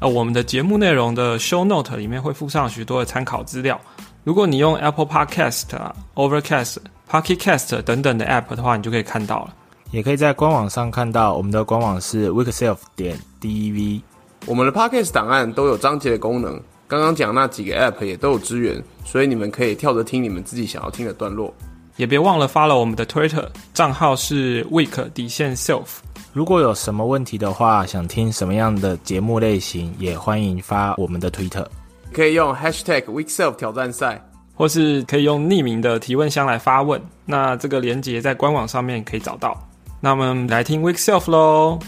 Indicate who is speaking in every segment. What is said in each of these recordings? Speaker 1: 呃，我们的节目内容的 show note 里面会附上许多的参考资料。如果你用 Apple Podcast 啊、Overcast、Pocket Cast 等等的 app 的话，你就可以看到了。
Speaker 2: 也可以在官网上看到，我们的官网是 weekself 点 E dev。
Speaker 3: 我们的 Podcast 档案都有章节的功能，刚刚讲那几个 App 也都有支援，所以你们可以跳着听你们自己想要听的段落。
Speaker 1: 也别忘了发了我们的 Twitter 账号是 week 底线 self。
Speaker 2: 如果有什么问题的话，想听什么样的节目类型，也欢迎发我们的 Twitter。
Speaker 3: 可以用 Hashtag WeekSelf 挑战赛。
Speaker 1: 或是可以用匿名的提问箱来发问。那这个连接在官网上面可以找到。那我们来听 Week Self 喽。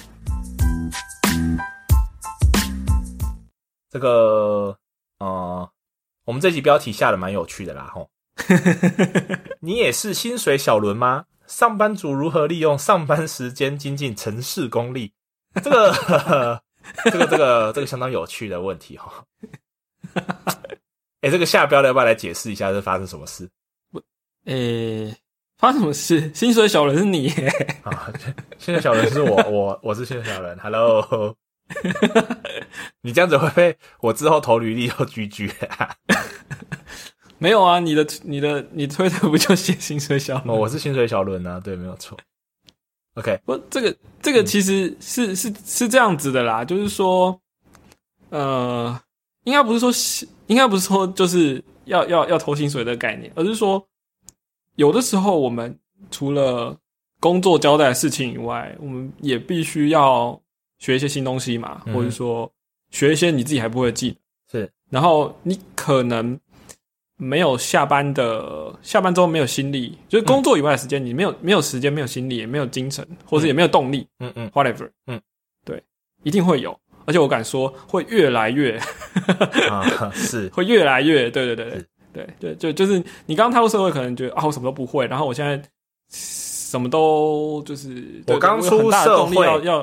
Speaker 2: 这个呃，我们这集标题下的蛮有趣的啦，吼。你也是薪水小轮吗？上班族如何利用上班时间精进城市功力？这个 这个这个这个相当有趣的问题哈。哎、这个下标的要不要来解释一下这发生什么事
Speaker 1: 诶、发生什么事？ 薪水小人是你耶，
Speaker 2: 啊？现在小人是我，我我是现在小人，Hello。你这样子会被我之后投履历要拒绝啊？
Speaker 1: 没有啊？你的你的你推特不就写薪水小
Speaker 2: 哦
Speaker 1: 人？
Speaker 2: 我是薪水小轮啊，对，没有错。OK，
Speaker 1: 不，这个这个其实是是是这样子的啦，就是说，呃，应该不是说是，应该不是说就是要要要投薪水的概念，而是说，有的时候我们除了工作交代的事情以外，我们也必须要学一些新东西嘛，
Speaker 2: 嗯
Speaker 1: 或者说学一些你自己还不会的技能。
Speaker 2: 是
Speaker 1: 然后你可能没有下班的下班之后没有心力，就是工作以外的时间，你没有没有时间，没有心力，也没有精神，或者也没有动力、
Speaker 2: 嗯嗯，
Speaker 1: w h a t e v e r
Speaker 2: 嗯，
Speaker 1: 对，一定会有，而且我敢说会越来越，
Speaker 2: 啊， 是
Speaker 1: 会越来越，对对对对
Speaker 2: 是
Speaker 1: 对对，就就是你刚踏入社会，可能觉得啊，我什么都不会，然后我现在什么都就是，
Speaker 2: 我
Speaker 1: 对
Speaker 2: 刚
Speaker 1: 有很
Speaker 2: 出
Speaker 1: 大的
Speaker 2: 社
Speaker 1: 动力
Speaker 2: 会
Speaker 1: 要要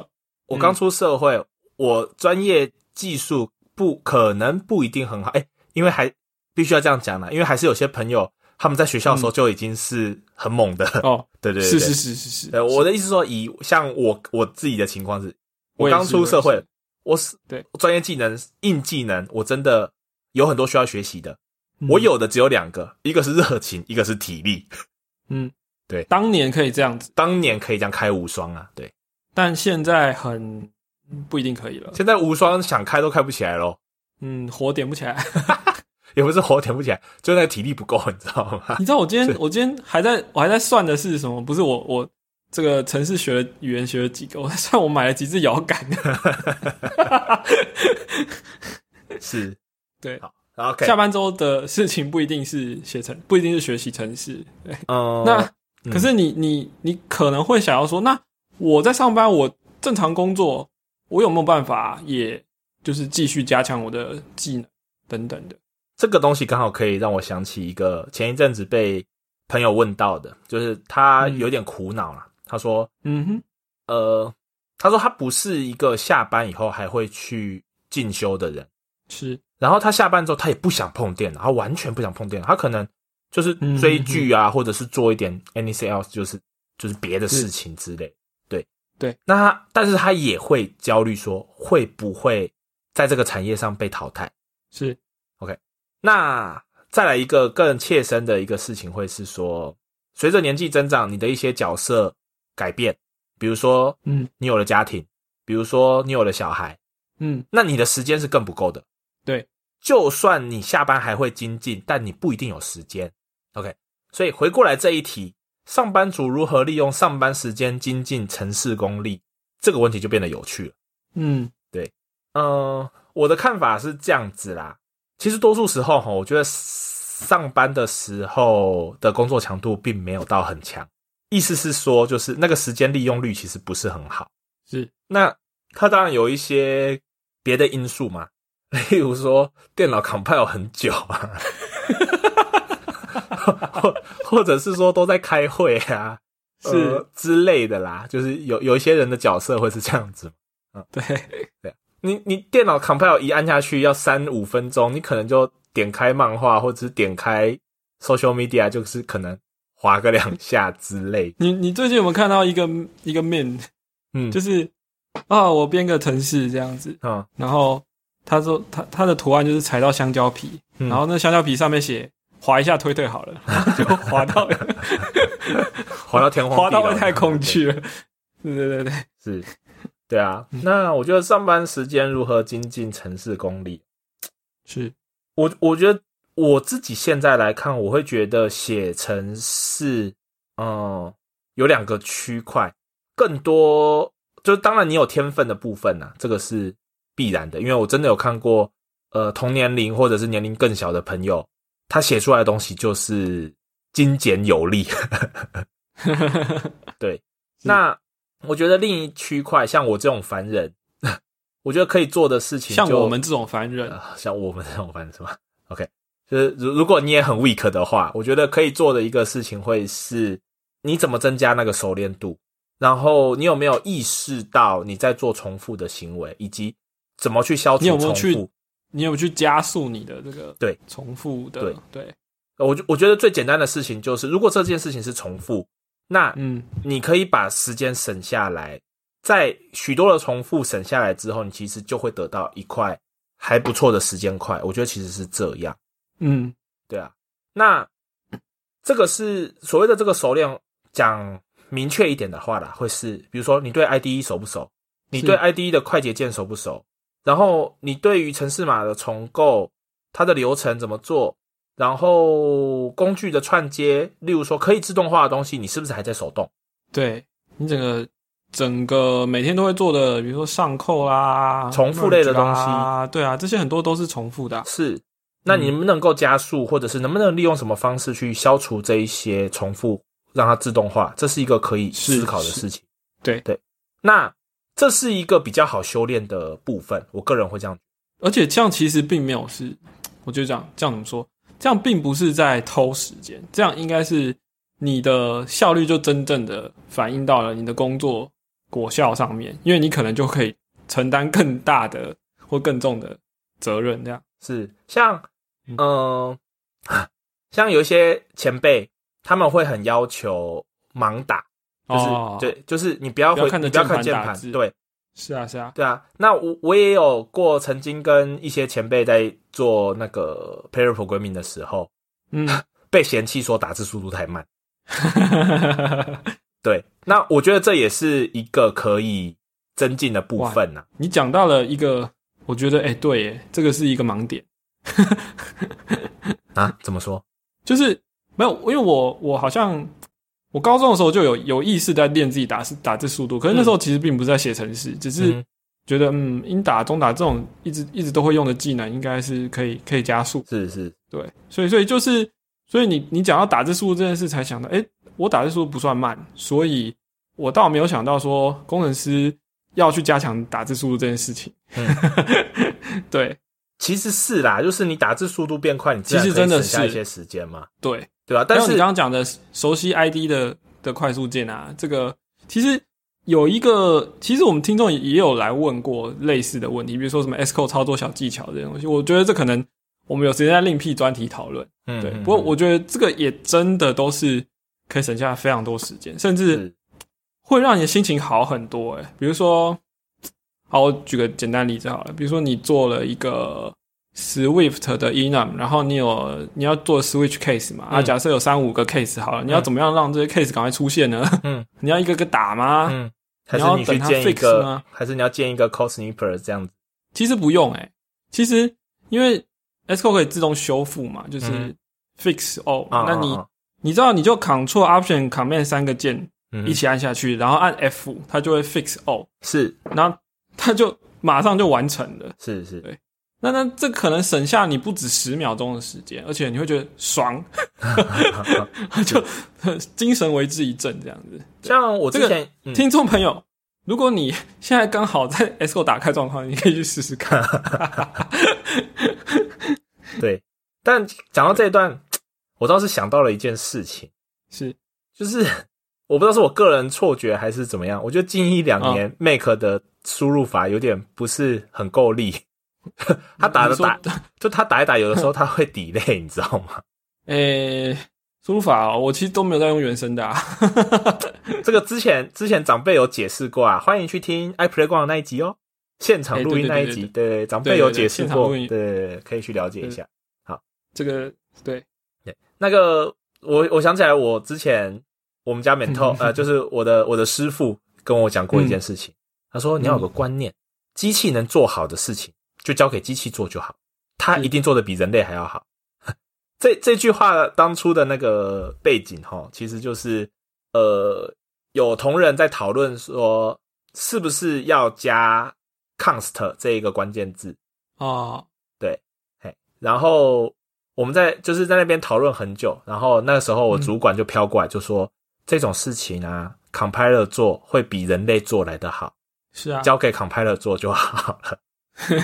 Speaker 2: 我
Speaker 1: 嗯
Speaker 2: 刚出社会，我专业技术不可能不一定很好，哎、因为还必须要这样讲啦，因为还是有些朋友他们在学校的时候就已经是很猛的，
Speaker 1: 嗯哦，
Speaker 2: 对对对
Speaker 1: 是
Speaker 2: 对
Speaker 1: 是是是是，
Speaker 2: 对，我的意思说以像我我自己的情况是，
Speaker 1: 我
Speaker 2: 我
Speaker 1: 也是
Speaker 2: 刚出社
Speaker 1: 我也
Speaker 2: 会
Speaker 1: 是，
Speaker 2: 我是
Speaker 1: 对
Speaker 2: 专业技能硬技能，我真的有很多需要学习的，
Speaker 1: 嗯
Speaker 2: 我有的只有两个，一个是热情，一个是体力。
Speaker 1: 嗯，
Speaker 2: 对
Speaker 1: 当年可以这样子。
Speaker 2: 当年可以这样开无双啊，对，
Speaker 1: 但现在很不一定可以了。
Speaker 2: 现在无双想开都开不起来咯，
Speaker 1: 嗯，火点不起来。
Speaker 2: 也不是火点不起来，就那个体力不够，你知道吗？
Speaker 1: 你知道我今天
Speaker 2: 是
Speaker 1: 我今天还在我还在算的是什么？不是我我这个城市学了语言学了几个， 我在算我买了几只摇杆。
Speaker 2: 是，
Speaker 1: 对
Speaker 2: 好，OK，
Speaker 1: 下班之后的事情不一定是写成，不一定是学习城市。对，
Speaker 2: 嗯，
Speaker 1: 那
Speaker 2: 嗯
Speaker 1: 可是你你你可能会想要说，那我在上班，我正常工作，我有没有办法，也就是继续加强我的技能等等的？
Speaker 2: 这个东西刚好可以让我想起一个前一阵子被朋友问到的，就是他有点苦恼啦，他说，
Speaker 1: 嗯哼，
Speaker 2: 呃，他说他不是一个下班以后还会去进修的人，
Speaker 1: 是，
Speaker 2: 然后他下班之后他也不想碰电脑，他完全不想碰电脑，他可能就是
Speaker 1: 嗯
Speaker 2: 追剧啊，或者是做一点 anything else，就是就是别的事情之类。对
Speaker 1: 对，
Speaker 2: 那他但是他也会焦虑说会不会在这个产业上被淘汰。
Speaker 1: 是，
Speaker 2: 那再来一个更切身的一个事情，会是说，随着年纪增长，你的一些角色改变，比如说
Speaker 1: 嗯
Speaker 2: 你有了家庭，比如说你有了小孩，
Speaker 1: 嗯，
Speaker 2: 那你的时间是更不够的。
Speaker 1: 对，
Speaker 2: 就算你下班还会精进，但你不一定有时间。OK，所以回过来这一题，上班族如何利用上班时间精进城市功力这个问题就变得有趣了。
Speaker 1: 嗯
Speaker 2: 嗯，我的看法是这样子啦。其实多数时候哈，我觉得上班的时候的工作强度并没有到很强，意思是说，就是那个时间利用率其实不是很好。
Speaker 1: 是，
Speaker 2: 那它当然有一些别的因素嘛， 例如说电脑 compile 很久啊， 或或者是说都在开会啊，呃
Speaker 1: 是
Speaker 2: 之类的啦，就是有有一些人的角色会是这样子。
Speaker 1: 对，
Speaker 2: 你你电脑 compile 一按下去要三五分钟，你可能就点开漫画或者是点开 social media，就是可能划个两下之类。
Speaker 1: 你你最近有没有看到一个一个面，
Speaker 2: 嗯，
Speaker 1: 就是是啊，我编个城市这样子，
Speaker 2: 啊，
Speaker 1: 然后他说他他的图案就是踩到香蕉皮，
Speaker 2: 嗯
Speaker 1: 然后那香蕉皮上面写划一下推推好了， 就划到
Speaker 2: 滑到天荒
Speaker 1: 划到
Speaker 2: 地
Speaker 1: 外
Speaker 2: 老
Speaker 1: 太空
Speaker 2: 对
Speaker 1: 去了。对对对对，
Speaker 2: 是，对啊。那我觉得上班时间如何精进城市功力？
Speaker 1: 是
Speaker 2: 我我觉得我自己现在来看，我会觉得写程式，嗯，有两个区块，更多就是当然你有天分的部分呐、这个是必然的，因为我真的有看过，呃，同年龄或者是年龄更小的朋友，他写出来的东西就是精简有力。那我觉得另一区块，像我这种凡人， 我觉得可以做的事情 就，
Speaker 1: 像我们这种凡人，
Speaker 2: 呃像我们这种凡人是吧？OK，就是如如果你也很 weak 的话，我觉得可以做的一个事情会是，你怎么增加那个熟练度，然后你有没有意识到你在做重复的行为，以及怎么去消除
Speaker 1: 你有没有
Speaker 2: 重
Speaker 1: 去
Speaker 2: 复？
Speaker 1: 你有没有去加速你的这个
Speaker 2: 对
Speaker 1: 重复的
Speaker 2: 对
Speaker 1: 对
Speaker 2: 我觉我觉得最简单的事情就是，如果这件事情是重复，那
Speaker 1: 嗯
Speaker 2: 你可以把时间省下来，在许多的重复省下来之后，你其实就会得到一块还不错的时间块。我觉得其实是这样，
Speaker 1: 嗯
Speaker 2: 对啊。那这个是所谓的这个熟练，讲明确一点的话啦，会是比如说你对 IDE 熟不熟，你对
Speaker 1: 是
Speaker 2: IDE 的快捷键熟不熟，然后你对于城市码的重构，它的流程怎么做。然后工具的串接，例如说可以自动化的东西，你是不是还在手动？
Speaker 1: 对你整个整个每天都会做的，比如说上扣啦、
Speaker 2: 重复类的东西
Speaker 1: merge 啦对啊，这些很多都是重复的啊、
Speaker 2: 是，那你能不能够加速，或者是能不能利用什么方式去消除这一些重复，让它自动化？这是一个可以
Speaker 1: 是
Speaker 2: 思考的
Speaker 1: 是
Speaker 2: 事情。
Speaker 1: 对
Speaker 2: 对，那这是一个比较好修炼的部分，我个人会这样。
Speaker 1: 而且这样其实并没有是，我觉得这样这样怎么说？这样并不是在偷时间，这样应该是你的效率就真正的反映到了你的工作果效上面，因为你可能就可以承担更大的或更重的责任。这样
Speaker 2: 是像，嗯、 像有一些前辈，他们会很要求盲打，就是、
Speaker 1: 哦
Speaker 2: 对，就是你不要
Speaker 1: 不要
Speaker 2: 回，
Speaker 1: 看着
Speaker 2: 你不要
Speaker 1: 键
Speaker 2: 看
Speaker 1: 盘
Speaker 2: 键
Speaker 1: 打
Speaker 2: 盘，
Speaker 1: 字
Speaker 2: 对，
Speaker 1: 是啊，是啊，
Speaker 2: 对啊，那我我也有过曾经跟一些前辈在做那个 pair programming 的时候，
Speaker 1: 嗯，
Speaker 2: 被嫌弃说打字速度太慢。对，那我觉得这也是一个可以增进的部分啊呐、
Speaker 1: 你讲到了一个，我觉得哎、对耶，这个是一个盲点，
Speaker 2: 啊。怎么说？
Speaker 1: 就是没有，因为我我好像我高中的时候就有有意识在练自己打字打字速度，可是那时候其实并不是在写程式，只是
Speaker 2: 嗯
Speaker 1: 觉得嗯，英打中打这种一直一直都会用的技能，应该是可以可以加速。
Speaker 2: 是是，
Speaker 1: 对，所以所以就是，所以你你讲到打字速度这件事，才想到，哎、我打字速度不算慢，所以我倒没有想到说工程师要去加强打字速度这件事情。 对
Speaker 2: 其实是啦，就是你打字速度变快，你自然
Speaker 1: 其实真的
Speaker 2: 可以省下
Speaker 1: 是
Speaker 2: 一些时间嘛，
Speaker 1: 对，
Speaker 2: 对吧、但
Speaker 1: 还有
Speaker 2: 是
Speaker 1: 你刚刚讲的熟悉 ID 的的快速键啊，这个其实有一个，其实我们听众也也有来问过类似的问题，比如说什么 S code 操作小技巧这些东西，我觉得这可能我们有时间再另辟专题讨论。
Speaker 2: 嗯
Speaker 1: 对，
Speaker 2: 嗯
Speaker 1: 不过我觉得这个也真的都是可以省下非常多时间，甚至
Speaker 2: 是
Speaker 1: 会让你的心情好很多、欸。比如说，好，我举个简单例子好了，比如说你做了一个 Swift 的 E enum，然后你有你要做 switch case 嘛？啊，
Speaker 2: 嗯
Speaker 1: 假设有三五个 case 好了，你要怎么样让这些 case 赶快出现呢？
Speaker 2: 嗯，
Speaker 1: 你要一个个打吗？
Speaker 2: 嗯，还
Speaker 1: 啊你
Speaker 2: 是
Speaker 1: 要
Speaker 2: 你去
Speaker 1: 等它
Speaker 2: 建一
Speaker 1: fix
Speaker 2: 个
Speaker 1: 吗，
Speaker 2: 还是你要建一个 code snipper 这样子？
Speaker 1: 其实不用哎、其实因为 S code 可以自动修复嘛，就是
Speaker 2: 嗯
Speaker 1: fix all，、
Speaker 2: 啊
Speaker 1: 哦那
Speaker 2: 啊
Speaker 1: 你
Speaker 2: 啊
Speaker 1: 你知道你就 Ctrl Option Command 三个键
Speaker 2: 嗯哼
Speaker 1: 一起按下去，然后按 F，它就会 fix all，
Speaker 2: 是
Speaker 1: 然后它就马上就完成了。
Speaker 2: 是是
Speaker 1: 对那那这可能省下你不止十秒钟的时间，而且你会觉得 爽，就精神为之一振这样子。
Speaker 2: 像我之
Speaker 1: 这个
Speaker 2: 前嗯
Speaker 1: 听众朋友，如果你现在刚好在 S o 打开状况，你可以去试试 看。
Speaker 2: 对，但讲到这一段，我倒是想到了一件事情，
Speaker 1: 是，
Speaker 2: 就是我不知道是我个人错觉还是怎么样，我觉得近一两
Speaker 1: 嗯
Speaker 2: 年 Make 的输入法有点不是很够力，他打的打
Speaker 1: 你说
Speaker 2: 就他打一打，有的时候他会 delay，你知道吗？
Speaker 1: 诶、输入法、哦、我其实都没有在用原声的、啊，
Speaker 2: 这个之前之前长辈有解释过啊，欢迎去听 iPlay 光的那一集哦，现场录音那一集，
Speaker 1: 哎对对对
Speaker 2: 对长辈有解释
Speaker 1: 对对对现场
Speaker 2: 过，
Speaker 1: 录音
Speaker 2: 对，可以去了解一下。
Speaker 1: 这个对，
Speaker 2: 那个我我想起来，我之前我们家 m e n 呃，就是我的我的师傅跟我讲过一件事情，他说你要有个观念，机器能做好的事情就交给机器做就好，它
Speaker 1: 是
Speaker 2: 一定做的比人类还要好。 这这句话当初的那个背景哈，其实就是呃，有同仁在讨论说，是不是要加 const 这一个关键字，
Speaker 1: 哦，
Speaker 2: 嘿，然后我们在就是在那边讨论很久，然后那个时候我主管就飘过来就说、这种事情啊，compiler 做会比人类做来的好，
Speaker 1: 是啊，
Speaker 2: 交给 compiler 做就好了。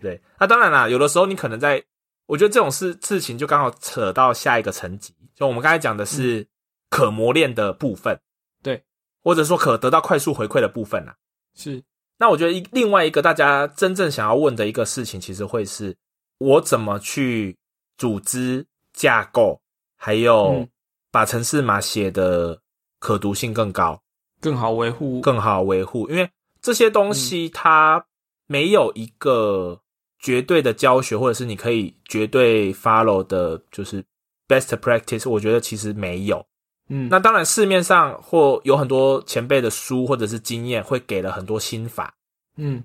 Speaker 2: 对，那、当然啦，有的时候你可能在，我觉得这种事事情就刚好扯到下一个层级，就我们刚才讲的是可磨练的部分，
Speaker 1: 嗯对，
Speaker 2: 或者说可得到快速回馈的部分啦。啊
Speaker 1: 是
Speaker 2: 那我觉得一另外一个大家真正想要问的一个事情，其实会是我怎么去组织架构，还有
Speaker 1: 嗯
Speaker 2: 把城市码写的可读性更高，
Speaker 1: 更好维护，
Speaker 2: 更好维护。因为这些东西它没有一个绝对的教学，或者是你可以绝对 follow 的，就是 best practice。我觉得其实没有。
Speaker 1: 嗯，
Speaker 2: 那当然，市面上或有很多前辈的书或者是经验，会给了很多心法。
Speaker 1: 嗯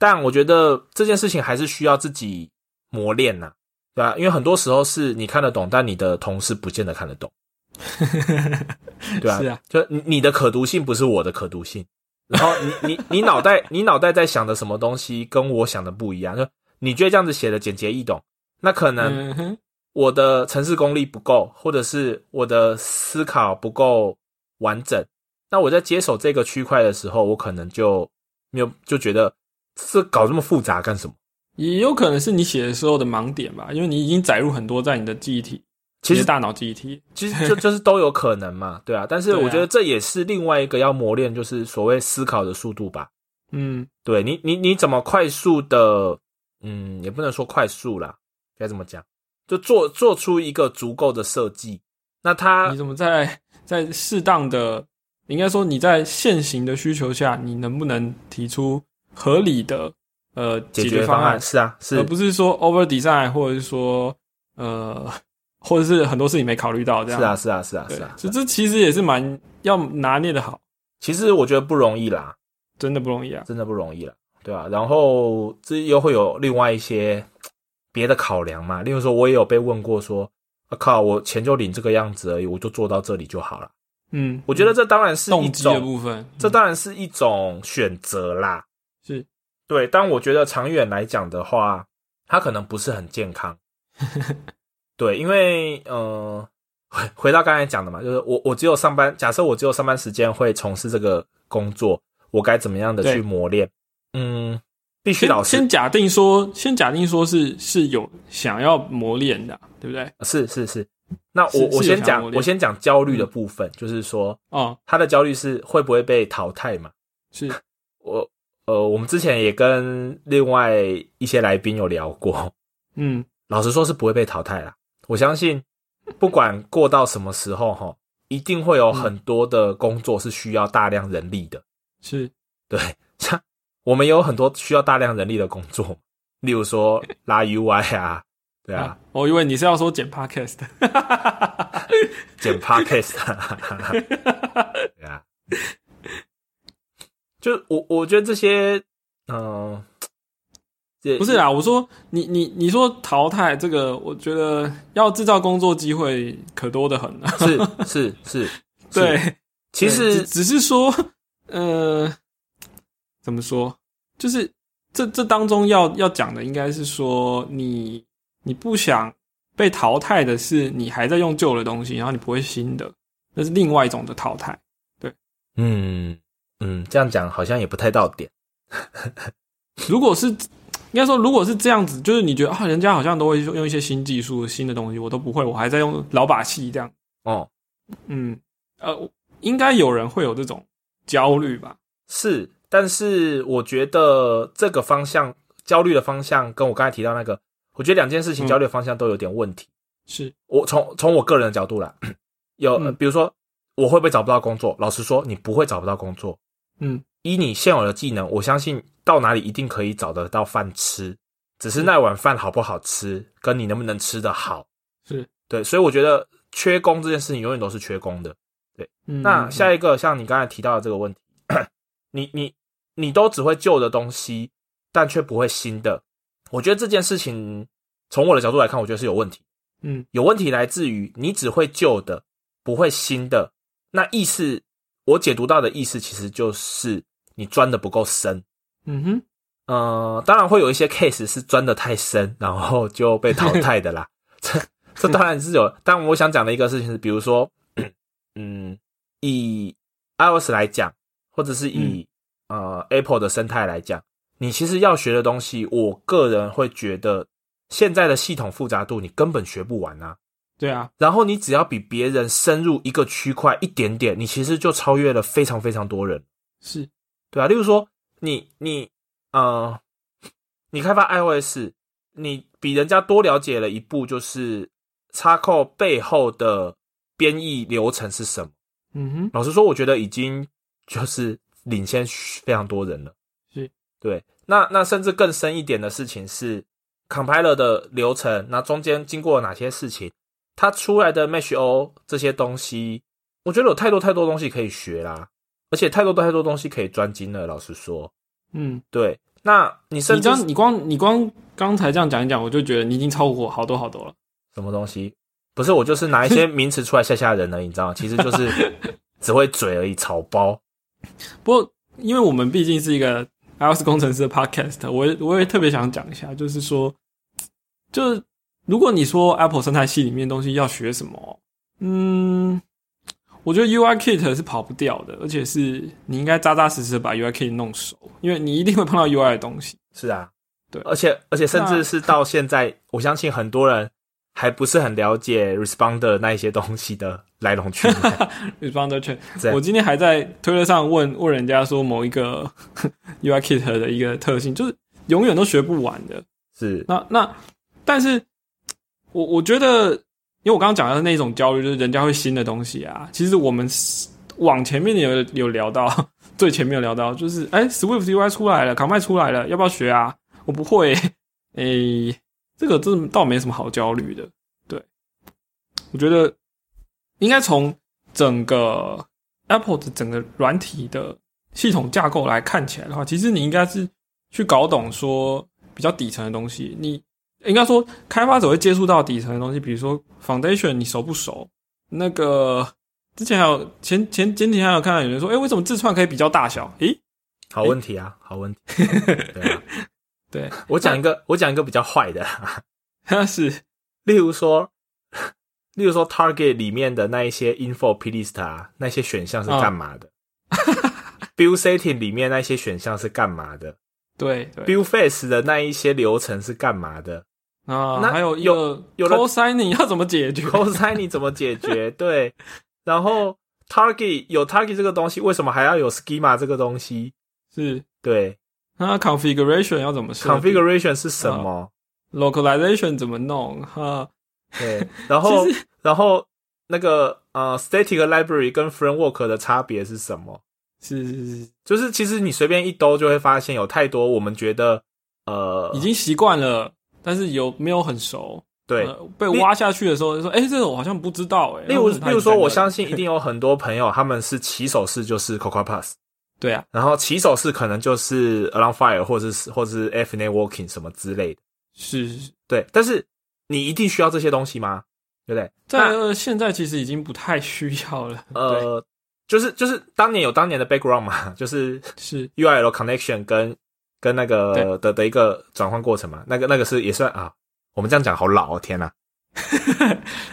Speaker 2: 但我觉得这件事情还是需要自己磨练呐、对吧、因为很多时候是你看得懂，但你的同事不见得看得懂， 对吧、
Speaker 1: 是啊，
Speaker 2: 就你你的可读性不是我的可读性，然后你你你脑袋你脑袋在想的什么东西跟我想的不一样，就你觉得这样子写的简洁易懂，那可能
Speaker 1: 嗯哼，
Speaker 2: 我的城市功力不够，或者是我的思考不够完整，那我在接手这个区块的时候，我可能就没有就觉得这搞这么复杂干什么？
Speaker 1: 也有可能是你写的时候的盲点吧，因为你已经载入很多在你的记忆体，
Speaker 2: 其
Speaker 1: 你
Speaker 2: 实
Speaker 1: 的大脑记忆体，
Speaker 2: 其实就就是都有可能嘛，对啊。但是
Speaker 1: 对啊
Speaker 2: 我觉得这也是另外一个要磨练，就是所谓思考的速度吧。
Speaker 1: 嗯，
Speaker 2: 对你，你你怎么快速的，嗯，也不能说快速啦，该怎么讲？就做做出一个足够的设计，那它
Speaker 1: 你怎么在在适当的，应该说你在现行的需求下，你能不能提出合理的呃
Speaker 2: 解
Speaker 1: 决
Speaker 2: 决
Speaker 1: 方
Speaker 2: 方案是啊，是
Speaker 1: 而不是说 over design，或者是说呃，或者是很多事情没考虑到这样。
Speaker 2: 是啊，，是啊，是啊，
Speaker 1: 对
Speaker 2: 是啊。
Speaker 1: 这这其实也是蛮要拿捏的好，
Speaker 2: 其实我觉得不容易啦，
Speaker 1: 真的不容易啊。
Speaker 2: 真的不容易啦，对啊。然后这又会有另外一些别的考量嘛，例如说，我也有被问过说，啊靠，我钱就领这个样子而已，我就做到这里就好了。
Speaker 1: 嗯，
Speaker 2: 我觉得这当然是一
Speaker 1: 动机的
Speaker 2: 种，
Speaker 1: 部分，
Speaker 2: 这
Speaker 1: 嗯
Speaker 2: 当然是一种选择啦。
Speaker 1: 是
Speaker 2: 对，但我觉得长远来讲的话，它可能不是很健 康。对，因为呃，回回到刚才讲的嘛，就是我我只有上班，假设我只有上班时间会从事这个工作，我该怎么样的
Speaker 1: 对
Speaker 2: 去磨练？嗯，必须老
Speaker 1: 先
Speaker 2: 师
Speaker 1: 先假定说，先假定说是是有想要磨练的啊、对不对？
Speaker 2: 是是是。那
Speaker 1: 是
Speaker 2: 我我
Speaker 1: 是有
Speaker 2: 先
Speaker 1: 想要磨
Speaker 2: 讲，
Speaker 1: 练嗯
Speaker 2: 我先讲焦虑的部分，就是说
Speaker 1: 哦，
Speaker 2: 他的焦虑是会不会被淘汰嘛？
Speaker 1: 是
Speaker 2: 我呃，我们之前也跟另外一些来宾有聊过，
Speaker 1: 嗯，
Speaker 2: 老实说是不会被淘汰啦。我相信，不管过到什么时候哈，一定会
Speaker 1: 嗯
Speaker 2: 有很多的工作是需要大量人力的。
Speaker 1: 是
Speaker 2: 对，像我们有很多需要大量人力的工作，例 如说拉 UI 啊，对啊，
Speaker 1: 啊，我以为你是要说剪 podcast 的。
Speaker 2: 剪 podcast，啊 对啊，就我我觉得这些，嗯、呃，这
Speaker 1: 不是啦，我说你你你说淘汰这个，我觉得要制造工作机会可多的很了、啊。
Speaker 2: 是是是，
Speaker 1: 对，
Speaker 2: 其
Speaker 1: 对
Speaker 2: 实
Speaker 1: 只只是说，呃，怎么说？就是这这当中要要讲的，应该是说你你不想被淘汰的是你还在用旧的东西，然后你不会新的，那是另外一种的淘汰。
Speaker 2: 嗯嗯这样讲好像也不太到点。
Speaker 1: 如果是应该说，如果是这样子，就是你觉得啊，人家好像都会用一些新技术、新的东西，我都不会，我还在用老把戏这样。
Speaker 2: 哦，
Speaker 1: 嗯，呃，应该有人会有这种焦虑吧？
Speaker 2: 是，但是我觉得这个方向焦虑的方向，跟我刚才提到那个，我觉得两件事
Speaker 1: 嗯
Speaker 2: 情焦虑的方向都有点问题。
Speaker 1: 是，
Speaker 2: 我从从我个人的角度啦，有、呃
Speaker 1: 嗯
Speaker 2: 比如说我会不会找不到工作？老实说，你不会找不到工作。
Speaker 1: 嗯，
Speaker 2: 以你现有的技能，我相信到哪里一定可以找得到饭吃，只是那碗饭好不好吃，跟你能不能吃得好。
Speaker 1: 是
Speaker 2: 对，所以我觉得缺工这件事情永远都是缺工的。
Speaker 1: 嗯
Speaker 2: 那下
Speaker 1: 一
Speaker 2: 一个，像你刚才提到的这个问题， 你你你都只会旧的东西，但却不会新的。我觉得这件事情，从我的角度来看，我觉得是有问题。
Speaker 1: 嗯，
Speaker 2: 有问题来自于你只会旧的，不会新的。那意思，我解读到的意思其实就是你钻的不够深。
Speaker 1: 嗯哼，
Speaker 2: 呃，当然会有一些 case 是钻的太深，然后就被淘汰的啦。 这这当然是有，但我想讲的一个事情是，比如说， 嗯，以 iOS 来讲，或者是以、呃 Apple 的生态来讲，你其实要学的东西，我个人会觉得现在的系统复杂度你根本学不完啊。
Speaker 1: 对啊，
Speaker 2: 然后你只要比别人深入一个区块一点点，你其实就超越了非常非常多人。
Speaker 1: 是，
Speaker 2: 对啊，例如说你你呃，你开发 iOS，你比人家多了解了一步，就是插扣背后的编译流程是什么。
Speaker 1: 嗯哼，
Speaker 2: 老实说，我觉得已经就是领先非常多人了。
Speaker 1: 是，
Speaker 2: 对。那那甚至更深一点的事情是，compiler 的流程，那中间经过了哪些事情，它出来的 mesh o 这些东西，我觉得有太多太多东西可以学啦，而且太多太多东西可以专精了。老实说，
Speaker 1: 嗯，
Speaker 2: 对。那你甚
Speaker 1: 你这
Speaker 2: 至
Speaker 1: 样，你光你光刚才这样讲一讲，我就觉得你已经超过我好多好多了。
Speaker 2: 什么东西？不是，我就是拿一些名词出来吓吓人而已，你知道吗？其实就是 只会嘴而已，草包。
Speaker 1: 不过，因为我们毕竟是一个 iOS 工程师的 podcast，我也我也特别想讲一下，就是说，就是如果你说 Apple 生态系里面的东西要学什么，嗯，我觉得 UI Kit 是跑不掉的，而且是你应该扎扎实实地把 UI Kit 弄熟，因为你一定会碰到 UI 的东西。
Speaker 2: 是啊，
Speaker 1: 对
Speaker 2: 而且而且甚
Speaker 1: 那
Speaker 2: 至是到现在，我相信很多人还不是很了解 responder 那一些东西的来龙去 脉。
Speaker 1: Responder Check，
Speaker 2: 这样
Speaker 1: 我今天还在推特上问问人家说某一个 UI Kit 的一个特性，就是永远都学不完的。
Speaker 2: 是
Speaker 1: 那那，但是我我觉得，因为我刚刚讲的那种焦虑，就是人家会新的东西啊。其实我们是往前面有有聊到， 最前面有聊到，就是哎、s w i f t UI 出来了 c o m 出来了，要不要学啊？我不会、哎、这个这倒没什么好焦虑的。对，我觉得应该从整个 Apple 的整个软体的系统架构来看起来的话，其实你应该是去搞懂说比较底层的东西。你应该说开发者会接触到底层的东西，比如说 foundation 你熟不熟？那个之前还有前前前几天还有看到有人说，哎、为什么自串可以比较大小？诶、
Speaker 2: 好问题啊，好 问题。对啊，
Speaker 1: 对，
Speaker 2: 我讲一个，我讲一个比较坏的，
Speaker 1: 是
Speaker 2: 例如说， 例如说 Target 里面的那一些 info p l i s t 啊，那些选项是
Speaker 1: 嗯
Speaker 2: 干嘛的、b u i l d setting 里面那些选项是干嘛的
Speaker 1: 对对
Speaker 2: ？Build face 的那一些流程是干嘛的？
Speaker 1: 啊，
Speaker 2: 那
Speaker 1: 还有一
Speaker 2: 有
Speaker 1: 个
Speaker 2: 有
Speaker 1: c
Speaker 2: 了
Speaker 1: o s i n 你要怎么解 决？
Speaker 2: cos 你怎么解决？ 对，然后 target 有 target 这个东西，为什么还要有 schema 这个东西？
Speaker 1: 是
Speaker 2: 对
Speaker 1: 那 configuration 要怎么设定
Speaker 2: ，configuration 是什
Speaker 1: 哦
Speaker 2: 么？
Speaker 1: localization 怎么弄？哈、
Speaker 2: 对，然 后
Speaker 1: 其实
Speaker 2: 然后那个呃 static library 跟 framework 的差别是什么？
Speaker 1: 是是是，
Speaker 2: 就是其实你随便一兜就会发现有太多我们觉得呃
Speaker 1: 已经习惯了，但是有没有很熟？
Speaker 2: 对，
Speaker 1: 呃被
Speaker 2: 例
Speaker 1: 挖下去的时候就说，哎、这个我好像不知道、诶哎，
Speaker 2: 例如例如说，我 相
Speaker 1: 信，
Speaker 2: 信一定有很多朋友他们是起手式就是 c o c o Pass。
Speaker 1: 对啊，
Speaker 2: 然后起手式可能就是 Around Fire 或者是或者是 F Networking 什么之类的，
Speaker 1: 是是是
Speaker 2: 对。但是你一定需要这些东西吗？对不对？
Speaker 1: 在呃现在其实已经不太需要 了，对，
Speaker 2: 呃，就是就是当年有当年的 background 嘛，就是
Speaker 1: 是
Speaker 2: URL connection 跟跟那个
Speaker 1: 对
Speaker 2: 的的一个转换过程嘛，那个那个是也算啊。我们这样讲好老哦，天呐，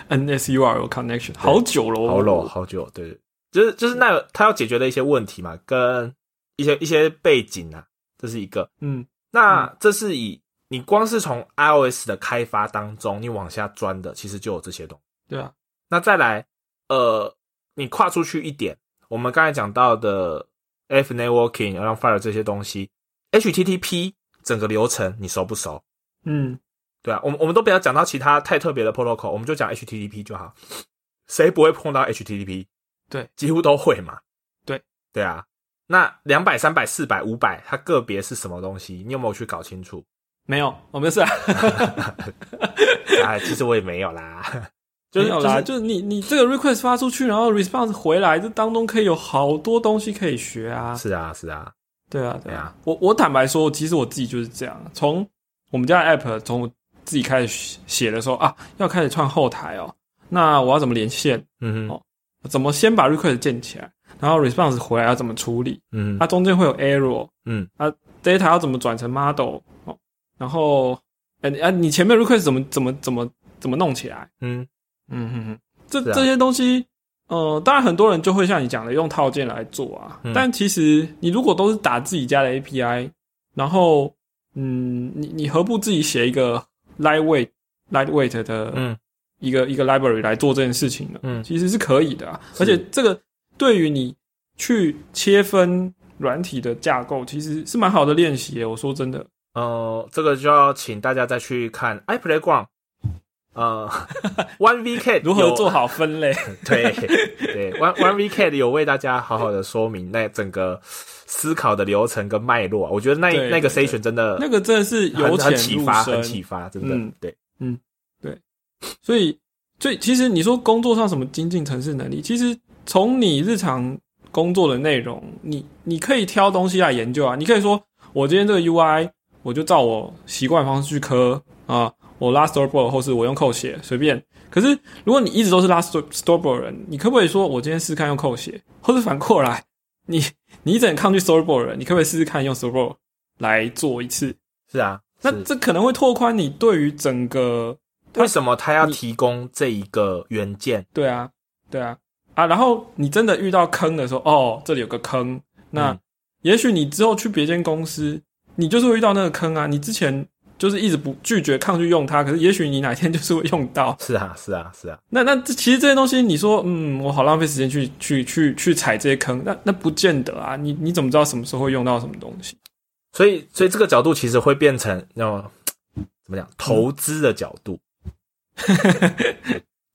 Speaker 1: NSURL connection 好久了哦，
Speaker 2: 好老好久，对，对就是就是那个他要解决的一些问题嘛，跟一些一些背景啊，这是一个。
Speaker 1: 嗯
Speaker 2: 那这是以你光是从 iOS 的开发当中，你往下钻的，其实就有这些东西。
Speaker 1: 对啊，
Speaker 2: 那再来，呃，你跨出去一点，我们刚才讲到的 F networking、让 fire 这些东西，HTTP 整个流程你熟不熟？
Speaker 1: 嗯
Speaker 2: 对啊，我们我们都不要讲到其他太特别的 protocol，我们就讲 HTTP 就好。谁不会碰到 HTTP？
Speaker 1: 对，
Speaker 2: 几乎都会嘛。
Speaker 1: 对，
Speaker 2: 对啊。那两百、三百、四百、五百，它个别是什么东西？你有没有去搞清楚？
Speaker 1: 没有，我 没事啊，
Speaker 2: 啊，其实我也没有啦， 就
Speaker 1: 没
Speaker 2: 是
Speaker 1: 有啦，
Speaker 2: 就是
Speaker 1: 就是你你这个 request 发出去，然后 response 回来，这当中可以有好多东西可以学啊。
Speaker 2: 是啊是啊，
Speaker 1: 对啊，对
Speaker 2: 对
Speaker 1: 啊
Speaker 2: 啊。
Speaker 1: 我我坦白说，其实我自己就是这样。啊从我们家的 app 从我自己开始写写的时候啊，要开始串后台哦。那我要怎么连线？
Speaker 2: 嗯
Speaker 1: 哦
Speaker 2: 哼
Speaker 1: 怎么先把 request 建起来？然后 response 回来要怎么处理？
Speaker 2: 嗯
Speaker 1: 它、
Speaker 2: 哼
Speaker 1: 中间会有 error 啊
Speaker 2: 嗯
Speaker 1: data 要怎么转成 model 哦？然后，哎、你啊，你前面 request 怎么怎么怎么怎么弄起来？
Speaker 2: 嗯
Speaker 1: 嗯哼哼，这、
Speaker 2: 是啊
Speaker 1: 这些东西，呃，当然很多人就会像你讲的用套件来做啊，
Speaker 2: 嗯
Speaker 1: 但其实你如果都是打自己家的 API，然后嗯，你你何不自己写一个 lightweight lightweight 的
Speaker 2: 嗯
Speaker 1: 一个、一个 library 来做这件事情呢？
Speaker 2: 嗯
Speaker 1: 其实是可以的啊，而且这个对于你去切分软体的架构，其实是蛮好的练习耶。我说真的，
Speaker 2: 呃，这个就要请大家再去看 iPlay 逛，呃，One VK
Speaker 1: 如何
Speaker 2: 有
Speaker 1: 做好分类？
Speaker 2: 对对，One One VK 有为大家好好的说明那整个思考的流程跟脉络啊，我觉得那
Speaker 1: 对
Speaker 2: 那个
Speaker 1: 对
Speaker 2: C 选真的
Speaker 1: 那个真的是
Speaker 2: 很
Speaker 1: 由
Speaker 2: 很
Speaker 1: 浅
Speaker 2: 启
Speaker 1: 入
Speaker 2: 发，很
Speaker 1: 深，
Speaker 2: 启发，真的
Speaker 1: 嗯
Speaker 2: 对，
Speaker 1: 所以，所以其实你说工作上什么精进城市能力，其实从你日常工作的内容，你你可以挑东西来研究啊。你可以说，我今天这个 UI，我就照我习惯方式去磕啊，我拉 storyboard 或是我用 code 写，随便。可是如果你一直都是拉 sto- storyboard 的人，你可不可以说我今天试试看用 code 写，或是反过来，你你一直很抗拒 storyboard 的人，你可不可以试试看用 storyboard 来做一次？
Speaker 2: 是啊，
Speaker 1: 那
Speaker 2: 是
Speaker 1: 这可能会拓宽你对于整个
Speaker 2: 为什么他要提供这一个元件？
Speaker 1: 对啊，对啊，啊，然后你真的遇到坑的时候，哦，这里有个坑，那
Speaker 2: 嗯
Speaker 1: 也许你之后去别间公司，你就是会遇到那个坑啊。你之前就是一直不拒绝抗拒用它，可是也许你哪天就是会用到。
Speaker 2: 是啊，是啊，是啊，
Speaker 1: 那那这其实这些东西，你说，嗯，我好浪费时间去去去去踩这些坑，那那不见得啊。你你怎么知道什么时候会用到什么东西？
Speaker 2: 所以，所以这个角度其实会变成那种怎么讲，投资的角度。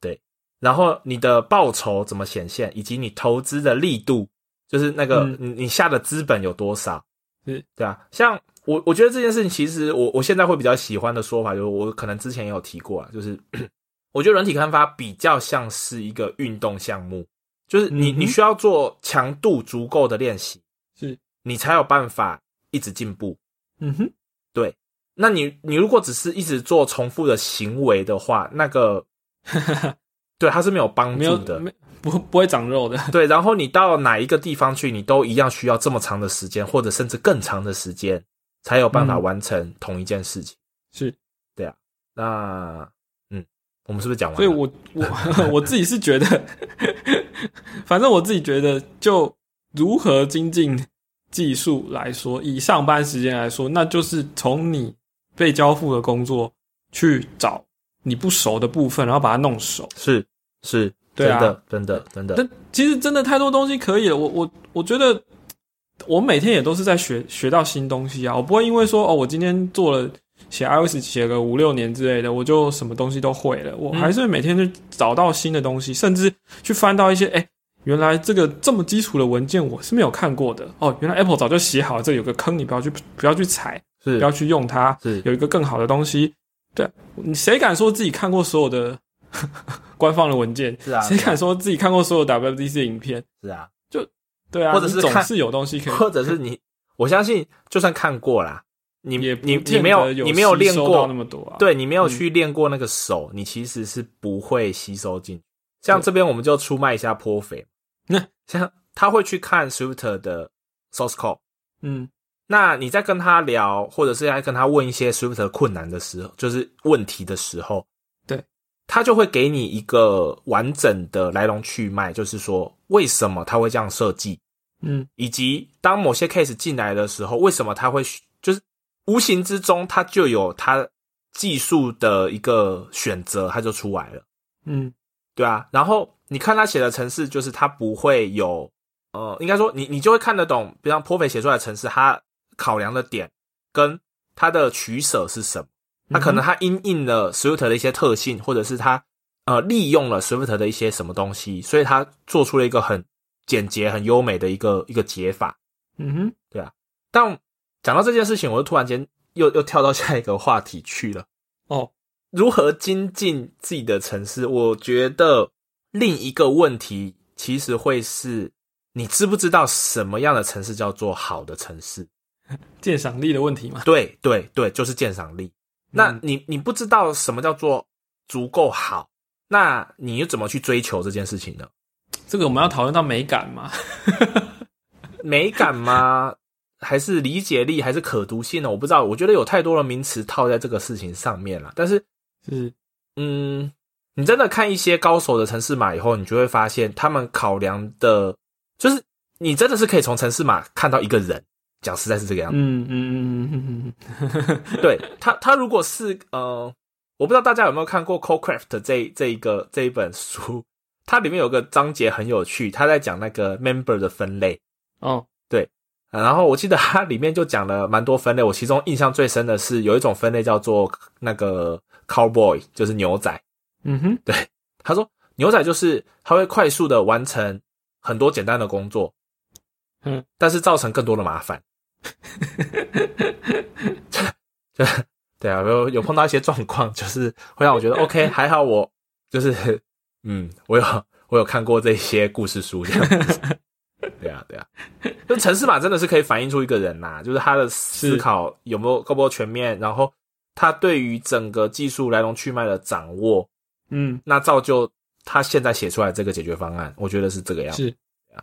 Speaker 2: 对，然后你的报酬怎么显现，以及你投资的力度，就是那个、
Speaker 1: 嗯
Speaker 2: 你你下的资本有多少，
Speaker 1: 是
Speaker 2: 对啊。像我，我觉得这件事情，其实我我现在会比较喜欢的说法，就是我可能之前也有提过啊，就是 我觉得软体开发比较像是一个运动项目，就是你、
Speaker 1: 嗯哼
Speaker 2: 你需要做强度足够的练习，
Speaker 1: 是，
Speaker 2: 你才有办法一直进步。
Speaker 1: 嗯哼，
Speaker 2: 那你你如果只是一直做重复的行为的话，那 个对它是没有帮
Speaker 1: 没有
Speaker 2: 助的。
Speaker 1: 没不不会长肉的，
Speaker 2: 对，然后你到哪一个地方去，你都一样需要这么长的时间，或者甚至更长的时间，才有办法
Speaker 1: 嗯
Speaker 2: 完成同一件事情。
Speaker 1: 是。
Speaker 2: 那嗯，我们是不是讲完
Speaker 1: 所以
Speaker 2: 了？
Speaker 1: 我我 我自己是觉得，反正我自己觉得，就如何精进技术来说，以上班时间来说，那就是从你被交付的工作去找你不熟的部分，然后把它弄熟。
Speaker 2: 是是，
Speaker 1: 对啊
Speaker 2: 真的真的真的，
Speaker 1: 但其实真的太多东西可以了，我我我觉得我每天也都是在学学到新东西啊，我不会因为说哦，我今天做了写 iOS 写个五六年之类的，我就什么东西都会了，我
Speaker 2: 嗯
Speaker 1: 还是每天去找到新的东西，甚至去翻到一些哎。原来这个这么基础的文件我是没有看过的哦。原来 Apple 早就写好，这里有个坑，你不要去不要去踩，
Speaker 2: 是
Speaker 1: 不要去用它。
Speaker 2: 是
Speaker 1: 有一个更好的东西，对你谁敢说自己看过所有的 官方的文件？
Speaker 2: 是啊
Speaker 1: 谁
Speaker 2: 是啊
Speaker 1: 敢说自己看过所有 WDC 影片？
Speaker 2: 是啊，
Speaker 1: 对啊，
Speaker 2: 或者是
Speaker 1: 你总
Speaker 2: 看
Speaker 1: 是有东西可以，
Speaker 2: 或者是你，我相信就算看过啦，你
Speaker 1: 也不
Speaker 2: 你
Speaker 1: 见
Speaker 2: 你
Speaker 1: 得
Speaker 2: 没有
Speaker 1: 有
Speaker 2: 你没有练
Speaker 1: 吸收到
Speaker 2: 过
Speaker 1: 那，么多啊。，
Speaker 2: 对你没
Speaker 1: 嗯
Speaker 2: 有去练过那个手，你其实是不会吸收进去。像这边我们就出卖一下颇肥，
Speaker 1: 那
Speaker 2: 像他会去看 Swift 的 source code，
Speaker 1: 嗯
Speaker 2: 那你在跟他聊，或者是在跟他问一些 Swift 的困难的时候，就是问题的时候，
Speaker 1: 对，
Speaker 2: 他就会给你一个完整的来龙去脉，就是说为什么他会这样设计，
Speaker 1: 嗯
Speaker 2: 以及当某些 case 进来的时候，为什么它会就是无形之中它就有它技术的一个选择，它就出来了。
Speaker 1: 嗯
Speaker 2: 对啊，然后你看他写的城市，就是他不会有，呃，应该说你你就会看得懂，比方 p o f 写出来的城市，他考量的点跟他的取舍是什么？他可能他因应了 Swift 的一些特性，或者是他呃利用了 Swift 的一些什么东西，所以他做出了一个很简洁、很优美的一个一个解法。
Speaker 1: 嗯哼，
Speaker 2: 但讲到这件事情，我就突然间又又跳到下一个话题去了。
Speaker 1: 哦，
Speaker 2: 如何精进自己的城市？我觉得另一个问题其实会是你知不知道什么样的城市叫做好的城市？
Speaker 1: 鉴赏力的问题嘛，
Speaker 2: 对对对，就是鉴赏力。那
Speaker 1: 嗯
Speaker 2: 你你不知道什么叫做足够好，那你又怎么去追求这件事情呢？
Speaker 1: 这个我们要讨论到美感嘛，
Speaker 2: 美感吗？ 还是理解力，还是可读性呢？我不知道，我觉得有太多的名词套在这个事情上面了。但是
Speaker 1: 是
Speaker 2: 嗯，你真的看一些高手的城市码以后，你就会发现他们考量的，就是你真的是可以从城市码看到一个人。讲实在是这个样子，
Speaker 1: 嗯嗯嗯嗯嗯嗯嗯，
Speaker 2: 对他，他如果是呃，我不知道大家有没有看过《Cocraft》这这一个这一本书，它里面有个章节很有趣，他在讲那个 member 的分类，
Speaker 1: 哦，
Speaker 2: 啊然后我记得它里面就讲了蛮多分类，我其中印象最深的是有一种分类叫做那个 cowboy，就是牛仔，
Speaker 1: 嗯哼，
Speaker 2: 他说牛仔就是他会快速的完成很多简单的工作，
Speaker 1: 嗯，
Speaker 2: 但是造成更多的麻烦。 就对啊，有有碰到一些状况，就是会让我觉得 OK，还好我就是嗯，我有我有看过这些故事书这样子。对啊，对啊，就城市码真的是可以反映出一个人呐、就是他的思
Speaker 1: 是
Speaker 2: 考有没有够不够全面，然后他对于整个技术来龙去脉的掌握，
Speaker 1: 嗯，
Speaker 2: 那造就他现在写出来这个解决方案，我觉得是这个样子。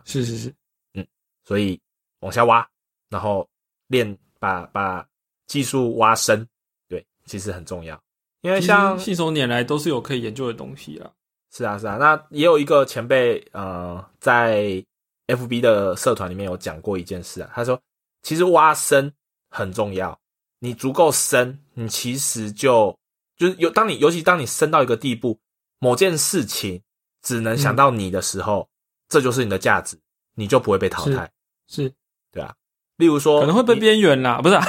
Speaker 1: 是是是是，
Speaker 2: 所以往下挖，然后练把把技术挖深，对，其实很重要。因为
Speaker 1: 其
Speaker 2: 像
Speaker 1: 实信手拈来都是有可以研究的东西啦，
Speaker 2: 是啊是啊，那也有一个前辈呃在 FB 的社团里面有讲过一件事啊，他说其实挖深很重要，你足够深，你其实就就是有当你尤其当你深到一个地步，某件事情只能
Speaker 1: 嗯
Speaker 2: 想到你的时候，这就是你的价值，你就不会被淘汰
Speaker 1: 是。是
Speaker 2: 例如说
Speaker 1: 可能会被
Speaker 2: 哦你
Speaker 1: 边缘啦，不是啊，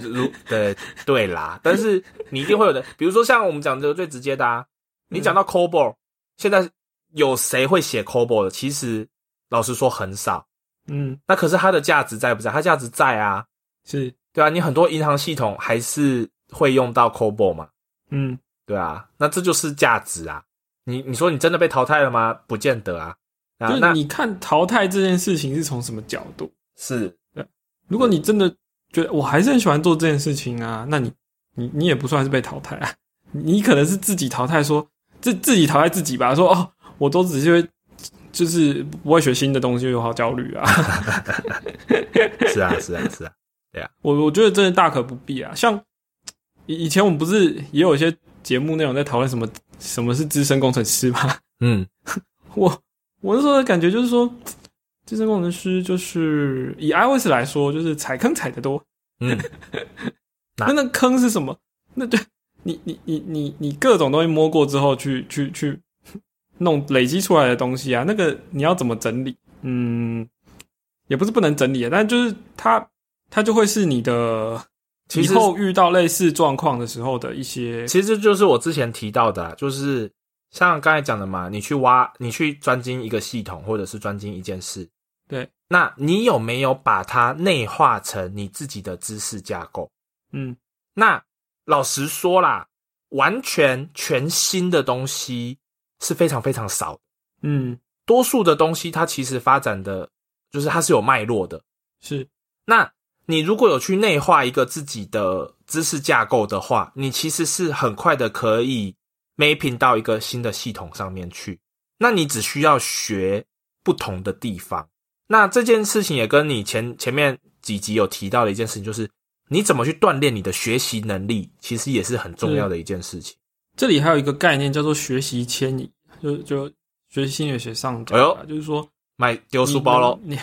Speaker 2: 如 对对啦，但是你一定会有的，比如说像我们讲的最直接的啊，你讲到
Speaker 1: 嗯
Speaker 2: COBOL，现在有谁会写 COBOL 的？其实老实说很少。
Speaker 1: 嗯，
Speaker 2: 那可是它的价值在不在？它价值在啊，
Speaker 1: 是，
Speaker 2: 对啊，你很多银行系统还是会用到 COBOL 嘛，
Speaker 1: 嗯
Speaker 2: 对啊，那这就是价值啊。你你说你真的被淘汰了吗？不见得啊。啊
Speaker 1: 就，是
Speaker 2: 那
Speaker 1: 你看淘汰这件事情是从什么角度？
Speaker 2: 是
Speaker 1: 如果你真的觉得我还是很喜欢做这件事情啊，那你你你也不算是被淘汰啊， 你可能是自己淘汰说自自己淘汰自己吧，说哦，我都只是会就是不会学新的东西，我好焦虑啊。
Speaker 2: 是啊是啊是啊，
Speaker 1: 我我觉得真的大可不必啊。像以以前我们不是也有一些节目内容在讨论什么什么是资深工程师吗？
Speaker 2: 嗯
Speaker 1: 我我那时候的感觉就是说，资深工程师就是以 iOS 来说，就是踩坑踩的多，
Speaker 2: 嗯，啊
Speaker 1: 那那坑是什么？那就你你你你你各种东西摸过之后去，去去弄累积出来的东西啊，那个你要怎么整理？嗯，也不是不能整理啊，但就是它它就会是你的
Speaker 2: 其
Speaker 1: 以
Speaker 2: 实
Speaker 1: 后遇到类似状况的时候的一些
Speaker 2: 其实就是我之前提到的、啊，就是像刚才讲的嘛，你去挖，你去专精一个系统，或者是专精一件事，
Speaker 1: 对，
Speaker 2: 那你有没有把它内化成你自己的知识架构？
Speaker 1: 嗯
Speaker 2: 那老实说啦，完全全新的东西是非常非常少的，
Speaker 1: 嗯
Speaker 2: 多数的东西它其实发展的就是它是有脉络的，
Speaker 1: 是
Speaker 2: 那你如果有去内化一个自己的知识架构的话，你其实是很快的可以 mapping 到一个新的系统上面去。那你只需要学不同的地方。那这件事情也跟你前前面几集有提到的一件事情，就是你怎么去锻炼你的学习能力，其实也是很重要的一件事情。
Speaker 1: 这里还有一个概念叫做学习迁移，就就学习心理学上讲的啊、就是说
Speaker 2: 卖丢哎书包喽，
Speaker 1: 你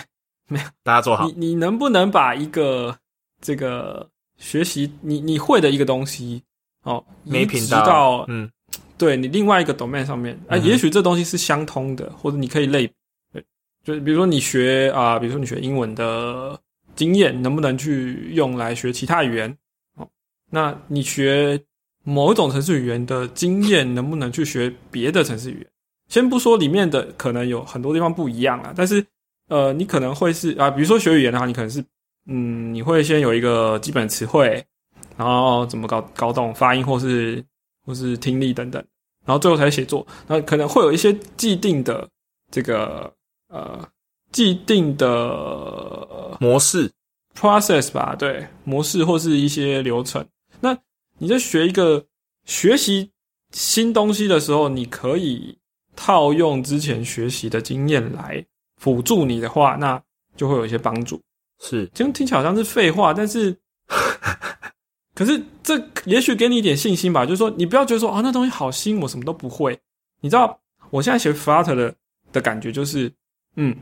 Speaker 2: 大家坐好
Speaker 1: 你。你能不能把一个这个学习你你会的一个东西哦，
Speaker 2: 没
Speaker 1: 移
Speaker 2: 频
Speaker 1: 植
Speaker 2: 道，
Speaker 1: 到
Speaker 2: 嗯，
Speaker 1: 对你另外一个 domain 上面啊，
Speaker 2: 嗯哼
Speaker 1: 也许这东西是相通的，或者你可以类比，对就是比如说你学啊、比如说你学英文的经验，能不能去用来学其他语言？哦，那你学某一种程式语言的经验，能不能去学别的程式语言？先不说里面的可能有很多地方不一样啊，但是呃，你可能会是啊、比如说学语言的话，你可能是嗯，你会先有一个基本词汇，然后怎么搞搞懂发音或是或是听力等等，然后最后才写作。那可能会有一些既定的这个呃既定的呃
Speaker 2: 模式
Speaker 1: process 吧，对模式或是一些流程。那你在学一个学习新东西的时候，你可以套用之前学习的经验来辅助你的话，那就会有一些帮助。
Speaker 2: 是
Speaker 1: 这样听起来好像是废话，但是， 可是这也许给你一点信心吧，就是说你不要觉得说啊那东西好新，我什么都不会。你知道我现在学 Flutter 的的感觉就是，嗯，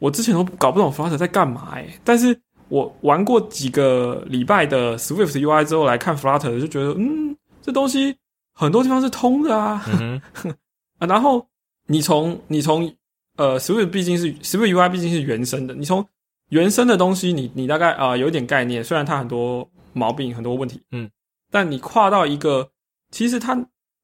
Speaker 1: 我之前都搞不懂 Flutter 在干嘛哎、但是我玩过几个礼拜的 Swift UI 之后来看 Flutter，就觉得嗯，这东西很多地方是通的啊。
Speaker 2: 嗯哼，
Speaker 1: 啊，然后你从你从呃，Swift 毕竟是 Swift UI 毕竟是原生的，你从原生的东西你，你大概啊、呃有一点概念，虽然它很多毛病很多问题，
Speaker 2: 嗯，
Speaker 1: 但你跨到一个其实它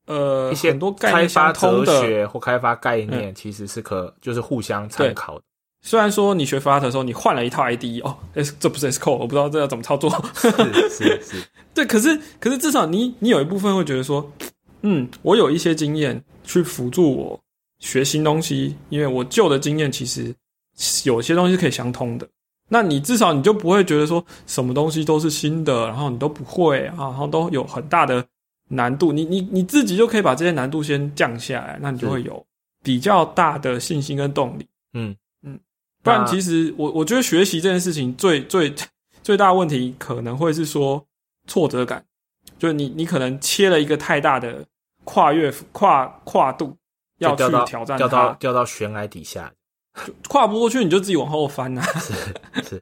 Speaker 1: 呃
Speaker 2: 一些
Speaker 1: 很多概
Speaker 2: 开
Speaker 1: 念
Speaker 2: 发
Speaker 1: 相通
Speaker 2: 哲
Speaker 1: 的，嗯
Speaker 2: 学或开发概念其实是可就是互相参考的。
Speaker 1: 虽然说你学 Flutter 的时候你换了一套 IDE 哦，S 这不是 S Code，我不知道这要怎么操作，
Speaker 2: 是是 是，
Speaker 1: 对，可是可是至少你你有一部分会觉得说，嗯，我有一些经验去辅助我学新东西，因为我旧的经验其实有些东西是可以相通的。那你至少你就不会觉得说什么东西都是新的，然后你都不会啊，然后都有很大的难度。你你你自己就可以把这些难度先降下来，那你就会有比较大的信心跟动力。
Speaker 2: 嗯
Speaker 1: 嗯，不然
Speaker 2: 那
Speaker 1: 其实我我觉得学习这件事情最最 最大的问题可能会是说，挫折感，就是你你可能切了一个太大的跨越跨跨度，要
Speaker 2: 就
Speaker 1: 去
Speaker 2: 掉到
Speaker 1: 挑战
Speaker 2: 掉到
Speaker 1: 它，
Speaker 2: 掉到悬崖 底下。
Speaker 1: 跨不过去你就自己往后翻啊。
Speaker 2: 一
Speaker 1: 对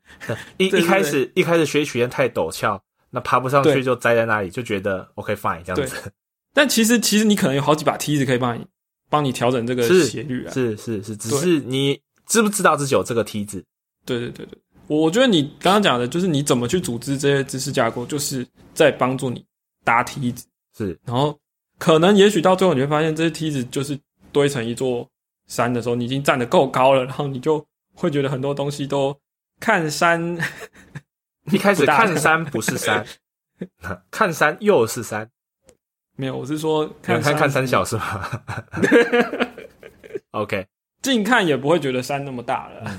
Speaker 2: 一
Speaker 1: 对
Speaker 2: 开始一开始学曲线太陡峭，那爬不上去
Speaker 1: 对
Speaker 2: 就栽在那里，就觉得 OK fine 这样子。
Speaker 1: 但其实其实你可能有好几把梯子可以帮你帮你调整这个
Speaker 2: 是
Speaker 1: 斜率啊。
Speaker 2: 是是是，只
Speaker 1: 对
Speaker 2: 是你知不知道自己有这个梯子？
Speaker 1: 对对对对，我我觉得你刚刚讲的就是你怎么去组织这些知识架构，就是在帮助你搭梯子，
Speaker 2: 是
Speaker 1: 然后可能也许到最后你会发现这些梯子就是堆成一座山的时候，你已经站得够高了，然后你就会觉得很多东西都看山。
Speaker 2: 一开始
Speaker 1: 不大
Speaker 2: 看山不 是山，看山又是山。
Speaker 1: 没有，我是说
Speaker 2: 你
Speaker 1: 看
Speaker 2: 们看看
Speaker 1: 山
Speaker 2: 三小 是吗 ？OK，
Speaker 1: 近看也不会觉得山那么大了。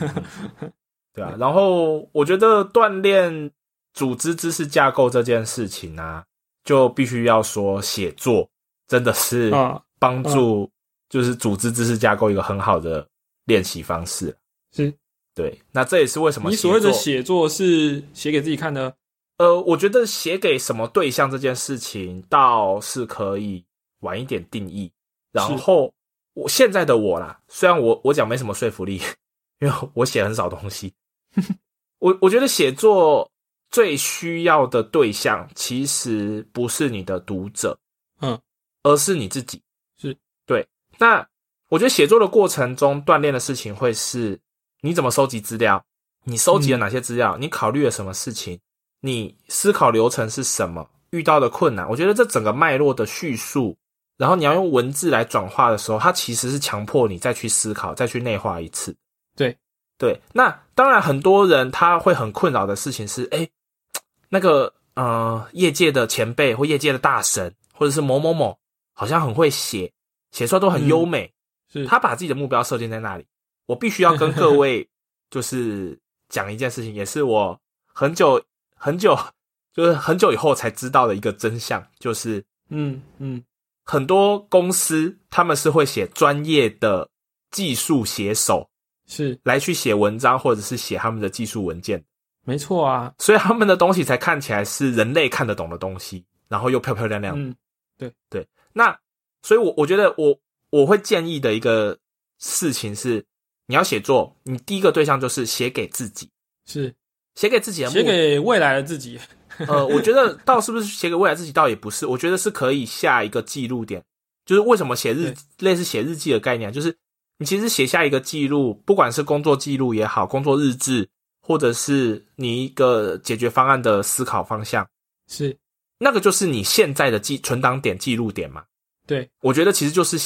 Speaker 2: 嗯 对啊。然后我觉得锻炼组织知识架构这件事情啊，就必须要说写作真的是
Speaker 1: 啊，
Speaker 2: 帮助就是组织知识架构一个很好的练习方式。
Speaker 1: 是
Speaker 2: 对，那这也是为什么
Speaker 1: 你所谓的
Speaker 2: 作
Speaker 1: 写作是写给自己看的，
Speaker 2: 呃，我觉得写给什么对象这件事情倒是可以晚一点定义。然后我现在的我啦，虽然我我讲没什么说服力， 因为我写很少东西。我我觉得写作最需要的对象其实不是你的读者，
Speaker 1: 嗯，
Speaker 2: 而是你自己。
Speaker 1: 是
Speaker 2: 对。那我觉得写作的过程中锻炼的事情会是你怎么收集资料，你收集了哪些资料，你考虑了什么事情，你思考流程是什么，遇到的困难，我觉得这整个脉络的叙述，然后你要用文字来转化的时候，它其实是强迫你再去思考，再去内化一次。
Speaker 1: 对
Speaker 2: 对，那当然很多人他会很困扰的事情是，哎，那个呃，业界的前辈或业界的大神，或者是某某某，好像很会写，写出来都很优美，
Speaker 1: 是
Speaker 2: 他把自己的目标设定在那里。我必须要跟各位就是讲一件事情，也是我很久很久就是很久以后才知道的一个真相，就是
Speaker 1: 嗯嗯
Speaker 2: 很多公司他们是会写专业的技术写手
Speaker 1: 是
Speaker 2: 来去写文章，或者是写他们的技术文件，
Speaker 1: 没错啊，
Speaker 2: 所以他们的东西才看起来是人类看得懂的东西，然后又漂漂亮亮的。
Speaker 1: 嗯
Speaker 2: 那所以我，我觉得我我会建议的一个事情是，你要写作，你第一个对象就是写给自己，
Speaker 1: 是
Speaker 2: 写给自己的目
Speaker 1: 写给未来的自己。
Speaker 2: 呃，我觉得倒是不是写给未来自己，倒也不是。我觉得是可以下一个记录点，就是为什么写日
Speaker 1: 对
Speaker 2: 类似写日记的概念，啊就是你其实写下一个记录，不管是工作记录也好，工作日志，或者是你一个解决方案的思考方向，
Speaker 1: 是
Speaker 2: 那个就是你现在的记存档点、记录点嘛。
Speaker 1: 对，
Speaker 2: 我觉得其实就是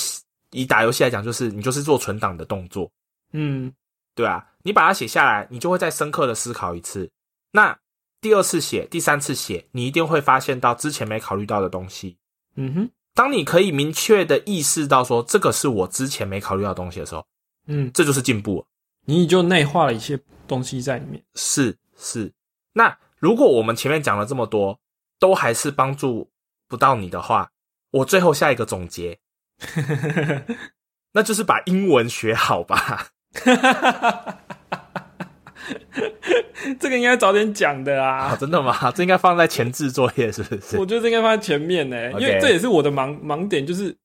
Speaker 2: 以打游戏来讲，就是你就是做存档的动作。
Speaker 1: 嗯，
Speaker 2: 对啊，你把它写下来，你就会再深刻的思考一次。那第二次写、第三次写，你一定会发现到之前没考虑到的东西。
Speaker 1: 嗯哼，
Speaker 2: 当你可以明确的意识到说这个是我之前没考虑到的东西的时候，
Speaker 1: 嗯，
Speaker 2: 这就是进步了。
Speaker 1: 你就内化了一些东西在里 面。
Speaker 2: 是是。那如果我们前面讲了这么多，都还是帮助不到你的话，我最后下一个总结，那就是把英文学好吧。
Speaker 1: 这个应该早点讲的
Speaker 2: 啊，
Speaker 1: 啦，
Speaker 2: 真的吗？这应该放在前置作业是不是
Speaker 1: 我？觉得这应该放在前面呢、
Speaker 2: OK
Speaker 1: 因为这也是我的盲盲点，就是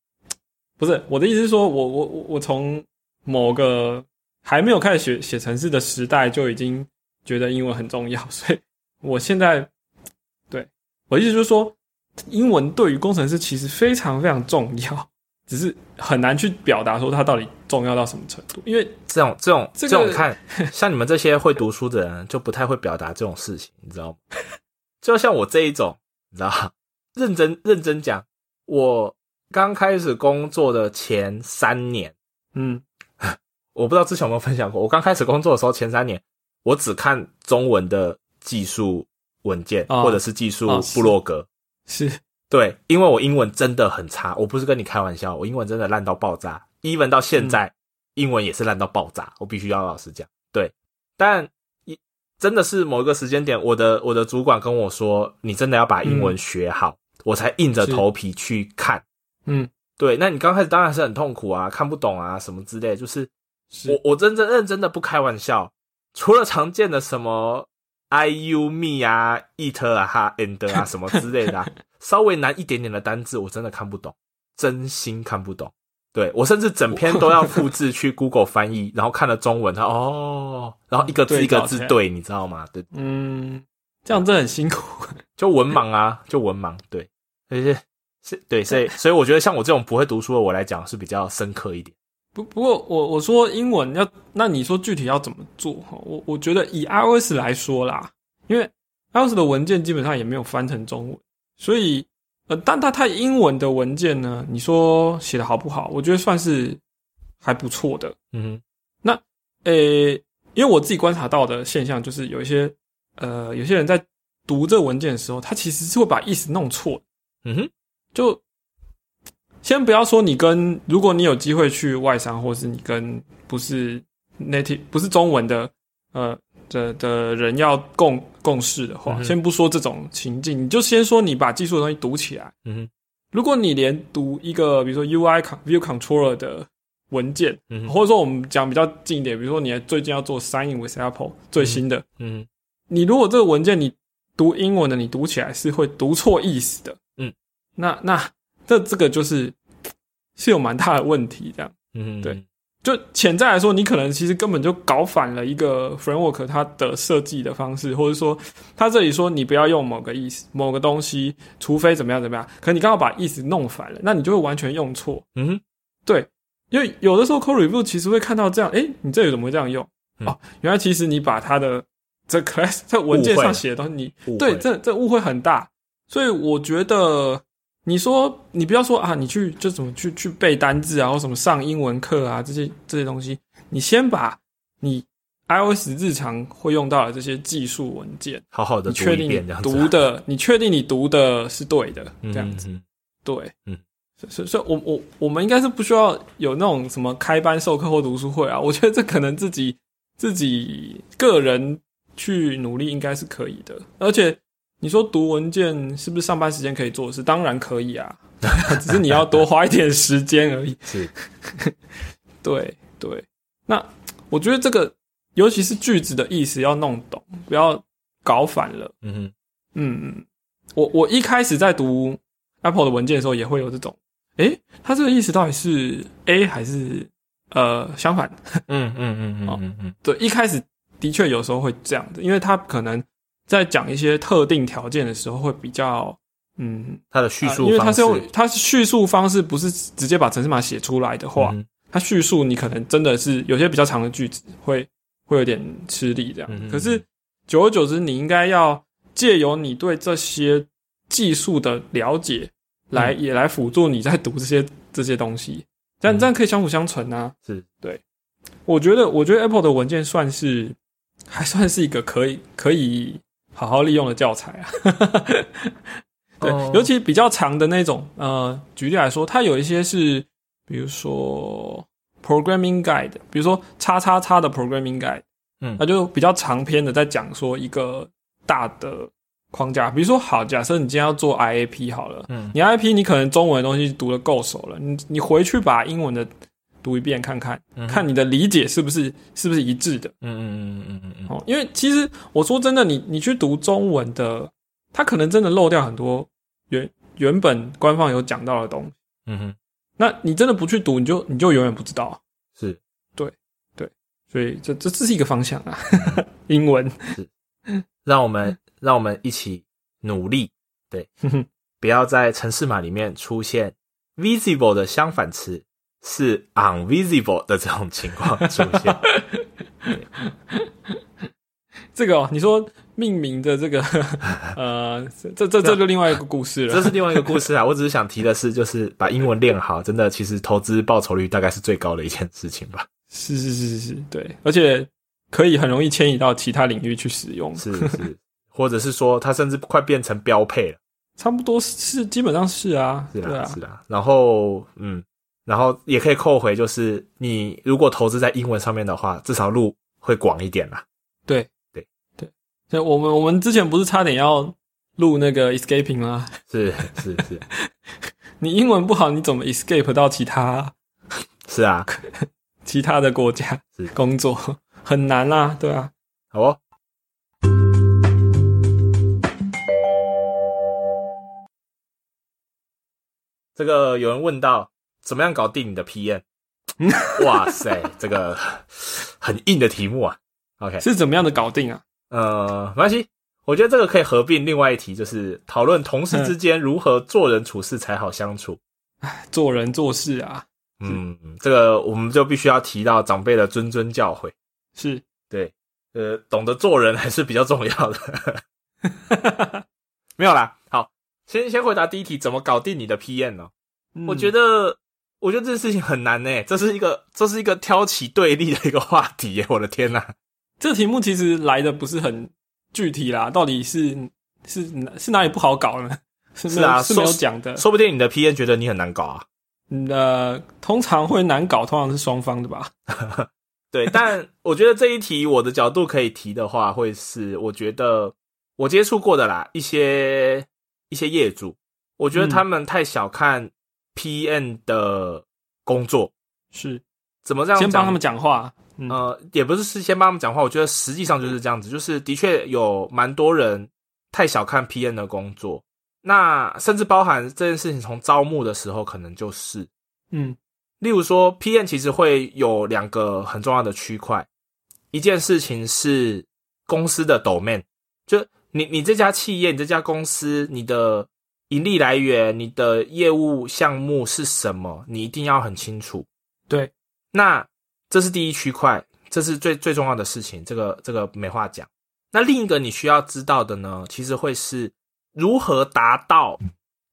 Speaker 1: 不是我的意思是说我我我我从某个还没有开始写写程式的时代就已经觉得英文很重要， 所以我现在对我的意思就是说，英文对于工程师其实非常非常重要， 只是很难去表达说它到底重要到什么程度，因为
Speaker 2: 这种这种
Speaker 1: 这
Speaker 2: 这
Speaker 1: 个
Speaker 2: 种看， 像你们这些会读书的人，就不太会表达这种事情，你知道吗？ 就像我这一种，你知道吗？ 认真认真讲，我刚开始工作的前三年，
Speaker 1: 嗯
Speaker 2: 我不知道之前有没有分享过，我刚开始工作的时候前三年，我只看中文的技术文件、
Speaker 1: 哦
Speaker 2: 或者是技术
Speaker 1: 哦是
Speaker 2: 部落格。
Speaker 1: 是
Speaker 2: 对，因为我英文真的很差，我不是跟你开玩笑，我英文真的烂到爆炸，even 到现在，
Speaker 1: 嗯
Speaker 2: 英文也是烂到爆炸，我必须要老实讲。对，但一真的是某一个时间点，我的我的主管跟我说，你真的要把英文学好，我才硬
Speaker 1: 嗯
Speaker 2: 着
Speaker 1: 是
Speaker 2: 头皮去看。
Speaker 1: 嗯
Speaker 2: 对，那你刚开始当然是很痛苦啊，看不懂啊，什么之类，就是
Speaker 1: 是
Speaker 2: 我我真真认真的不开玩笑，除了常见的什么 I U me 啊、it 啊、哈 and 啊什么之类 的、啊，稍微难一点点的单字，我真的看不懂，真心看不懂。对我甚至整篇都要复制去 Google 翻译，然后看了中文，它哦，然后一个字
Speaker 1: 对
Speaker 2: 一个
Speaker 1: 照
Speaker 2: 字
Speaker 1: 起来
Speaker 2: 对，你知道吗？对，
Speaker 1: 嗯，这样真的很辛苦。
Speaker 2: 就文盲啊，就文盲，对，而且是 对，所以所以我觉得像我这种不会读书的我来讲是比较深刻一点。
Speaker 1: 不不过我我说英文要，那你说具体要怎么做？哈我我觉得以 iOS 来说啦，因为 iOS 的文件基本上也没有翻成中文，所以呃，但它它英文的文件呢，你说写的好不好？我觉得算是还不错的。
Speaker 2: 嗯
Speaker 1: 诶、因为我自己观察到的现象就是，有一些呃，有些人在读这文件的时候，他其实是会把意思弄错的
Speaker 2: 哼，嗯哼，
Speaker 1: 就先不要说你跟，如果你有机会去外商，或是你跟不是 native 不是中文的呃的的人要共共事的话，
Speaker 2: 嗯哼
Speaker 1: 先不说这种情境，你就先说你把技术的东西读起来。
Speaker 2: 嗯哼，
Speaker 1: 如果你连读一个比如说 UI con- view controller 的文件，
Speaker 2: 嗯哼，
Speaker 1: 或者说我们讲比较近一点，比如说你最近要做 sign in with Apple 最新的，
Speaker 2: 嗯哼，
Speaker 1: 你如果这个文件你读英文的，你读起来是会读错意思的。
Speaker 2: 嗯，
Speaker 1: 那那这这个就是是有蛮大的问题。这样，
Speaker 2: 嗯哼，
Speaker 1: 对就潜在来说，你可能其实根本就搞反了一个 framework 它的设计的方式，或者说它这里说你不要用某个意思、某个东西，除非怎么样怎么样，可你刚好把意思弄反了，那你就会完全用错。
Speaker 2: 嗯哼。
Speaker 1: 对，因为有的时候 code review 其实会看到这样，诶，你这里怎么会这样用？
Speaker 2: 嗯
Speaker 1: 哦，原来其实你把它的 这 class 在文件
Speaker 2: 误会了
Speaker 1: 上写的东西，你
Speaker 2: 误
Speaker 1: 对
Speaker 2: 会
Speaker 1: 这这误会很大，所以我觉得你说你不要说啊，你去就怎么去去背单字啊，或什么上英文课啊这些这些东西，你先把你 iOS 日常会用到的这些技术文件，
Speaker 2: 好好的
Speaker 1: 你
Speaker 2: 读
Speaker 1: 确
Speaker 2: 一
Speaker 1: 定你
Speaker 2: 遍，这样子啊
Speaker 1: 读的，你确定你读的是对的，这样子。
Speaker 2: 嗯嗯
Speaker 1: 对，
Speaker 2: 嗯
Speaker 1: 所以，所以所以我我我们应该是不需要有那种什么开班授课或读书会啊，我觉得这可能自己自己个人去努力应该是可以的。而且你说读文件是不是上班时间可以做的事？当然可以啊， 只是你要多花一点时间而已。
Speaker 2: 嗯是
Speaker 1: 对对，那我觉得这个尤其是句子的意思要弄懂，不要搞反了。
Speaker 2: 嗯哼
Speaker 1: 嗯，嗯，我我一开始在读 Apple 的文件的时候，也会有这种，诶，它这个意思到底是 A 还是呃，相反，
Speaker 2: 嗯嗯嗯嗯嗯嗯，
Speaker 1: 对，一开始的确有时候会这样子，因为他可能在讲一些特定条件的时候会比较，嗯，
Speaker 2: 它的叙
Speaker 1: 啊
Speaker 2: 述
Speaker 1: 因为他
Speaker 2: 方
Speaker 1: 是
Speaker 2: 式，
Speaker 1: 用他是叙述方式，不是直接把城市码写出来的话，
Speaker 2: 嗯
Speaker 1: 他叙述你可能真的是有些比较长的句子会会有点吃力这样。
Speaker 2: 嗯嗯嗯
Speaker 1: 可是久而久之，你应该要借由你对这些技术的了解
Speaker 2: 嗯
Speaker 1: 来，也来辅助你在读这些这些东西，这样
Speaker 2: 嗯
Speaker 1: 这样可以相辅相成啊。
Speaker 2: 是
Speaker 1: 对，我觉得我觉得 Apple 的文件算是还算是一个可以可以好好利用的教材啊。对，
Speaker 2: 哦
Speaker 1: 尤其比较长的那种，呃，举例来说，它有一些是，比如说 programming guide，比如说叉叉叉的 programming guide，
Speaker 2: 嗯
Speaker 1: 那就比较长篇的在讲说一个大的框架，比如说好，假设你今天要做 IAP 好了，
Speaker 2: 嗯
Speaker 1: 你 IAP 你可能中文的东西读的够熟了，你你回去把英文的读一遍看看，
Speaker 2: 嗯
Speaker 1: 看你的理解是不是是不是一致的。
Speaker 2: 嗯嗯嗯嗯嗯嗯嗯，
Speaker 1: 哦，因为其实我说真的，你你去读中文的，它可能真的漏掉很多原原本官方有讲到的东西。
Speaker 2: 嗯哼，
Speaker 1: 那你真的不去读，你就你就永远不知道。啊
Speaker 2: 是
Speaker 1: 所以这这这是一个方向啊， 英文。
Speaker 2: 让我们让我们一起努力，
Speaker 1: 哼嗯哼
Speaker 2: 不要在城市码里面出现 visible 的相反词是 unvisible 的这种情况出 现。
Speaker 1: 这个哦，你说命名的这个 呃，这这这就另外一个故事
Speaker 2: 这
Speaker 1: 了。
Speaker 2: 是另外一个故事啊。我只是想提的是，就是把英文练好，真的，其实投资报酬率大概是最高的一件事情吧。
Speaker 1: 是是是是是，对，而且可以很容易迁移到其他领域去使用，
Speaker 2: 是是， 或者是说，它甚至快变成标配了。
Speaker 1: 差不多是基本上是啊，
Speaker 2: 是
Speaker 1: 对
Speaker 2: 啦，
Speaker 1: 啊，
Speaker 2: 是啦。然后，嗯，然后也可以扣回，就是你如果投资在英文上面的话，至少路会广一点啦。
Speaker 1: 对
Speaker 2: 对
Speaker 1: 对，所以我们我们之前不是差点要录那个 escaping 吗？
Speaker 2: 是是是
Speaker 1: 你英文不好，你怎么 escape 到其他
Speaker 2: 是啊，
Speaker 1: 其他的国家
Speaker 2: 是
Speaker 1: 工作？很难啦、对啊。
Speaker 2: 好哦。这个有人问到，怎么样搞定你 的 PM？哇塞，这个很硬的题目啊。OK，
Speaker 1: 是怎么样的搞定啊？
Speaker 2: 呃，没关系，我觉得这个可以合并另外一题，就是讨论同事之间如何做人处事才好相处。
Speaker 1: 做人做事啊，
Speaker 2: 嗯，这个我们就必须要提到长辈的谆谆教诲。
Speaker 1: 是
Speaker 2: 对，呃，懂得做人还是比较重要的。没有啦， 好，先先回答第一题，怎么搞定你的 PM 呢、 我觉
Speaker 1: 得
Speaker 2: 得，我觉得这件事情很难呢、这是一个，这是一个挑起对立的一个话题耶、我的天呐、
Speaker 1: 这题目其实来的不是很具体啦，到底是是是哪里不好搞呢？是没
Speaker 2: 是
Speaker 1: 有
Speaker 2: 啊
Speaker 1: 是没有
Speaker 2: 说
Speaker 1: 讲的。
Speaker 2: 说不定你的 PM 觉得你很难搞啊。
Speaker 1: 嗯呃，通常会难搞，通常是双方的吧？
Speaker 2: 对，但我觉得这一题我的角度可以提的话，会是我觉得我接触过的啦，一些一些业主，我觉得
Speaker 1: 嗯
Speaker 2: 他们太小看 PM 的工作。
Speaker 1: 是
Speaker 2: 怎么这样
Speaker 1: 先帮
Speaker 2: 讲
Speaker 1: 他们讲话，嗯
Speaker 2: 呃，也不是事先帮他们讲话，我觉得实际上就是这样子，就是的确有蛮多人太小看 PM 的工作，那甚至包含这件事情从招募的时候可能就是，
Speaker 1: 嗯
Speaker 2: 例如说 PM 其实会有两个很重要的区块，一件事情是公司的 domain，就你你这家企业、你这家公司、你的盈利来源、你的业务项目是什么，你一定要很清楚。
Speaker 1: 对，
Speaker 2: 那这是第一区块，这是最最重要的事情，这个这个没话讲。那另一个你需要知道的呢，其实会是如何达到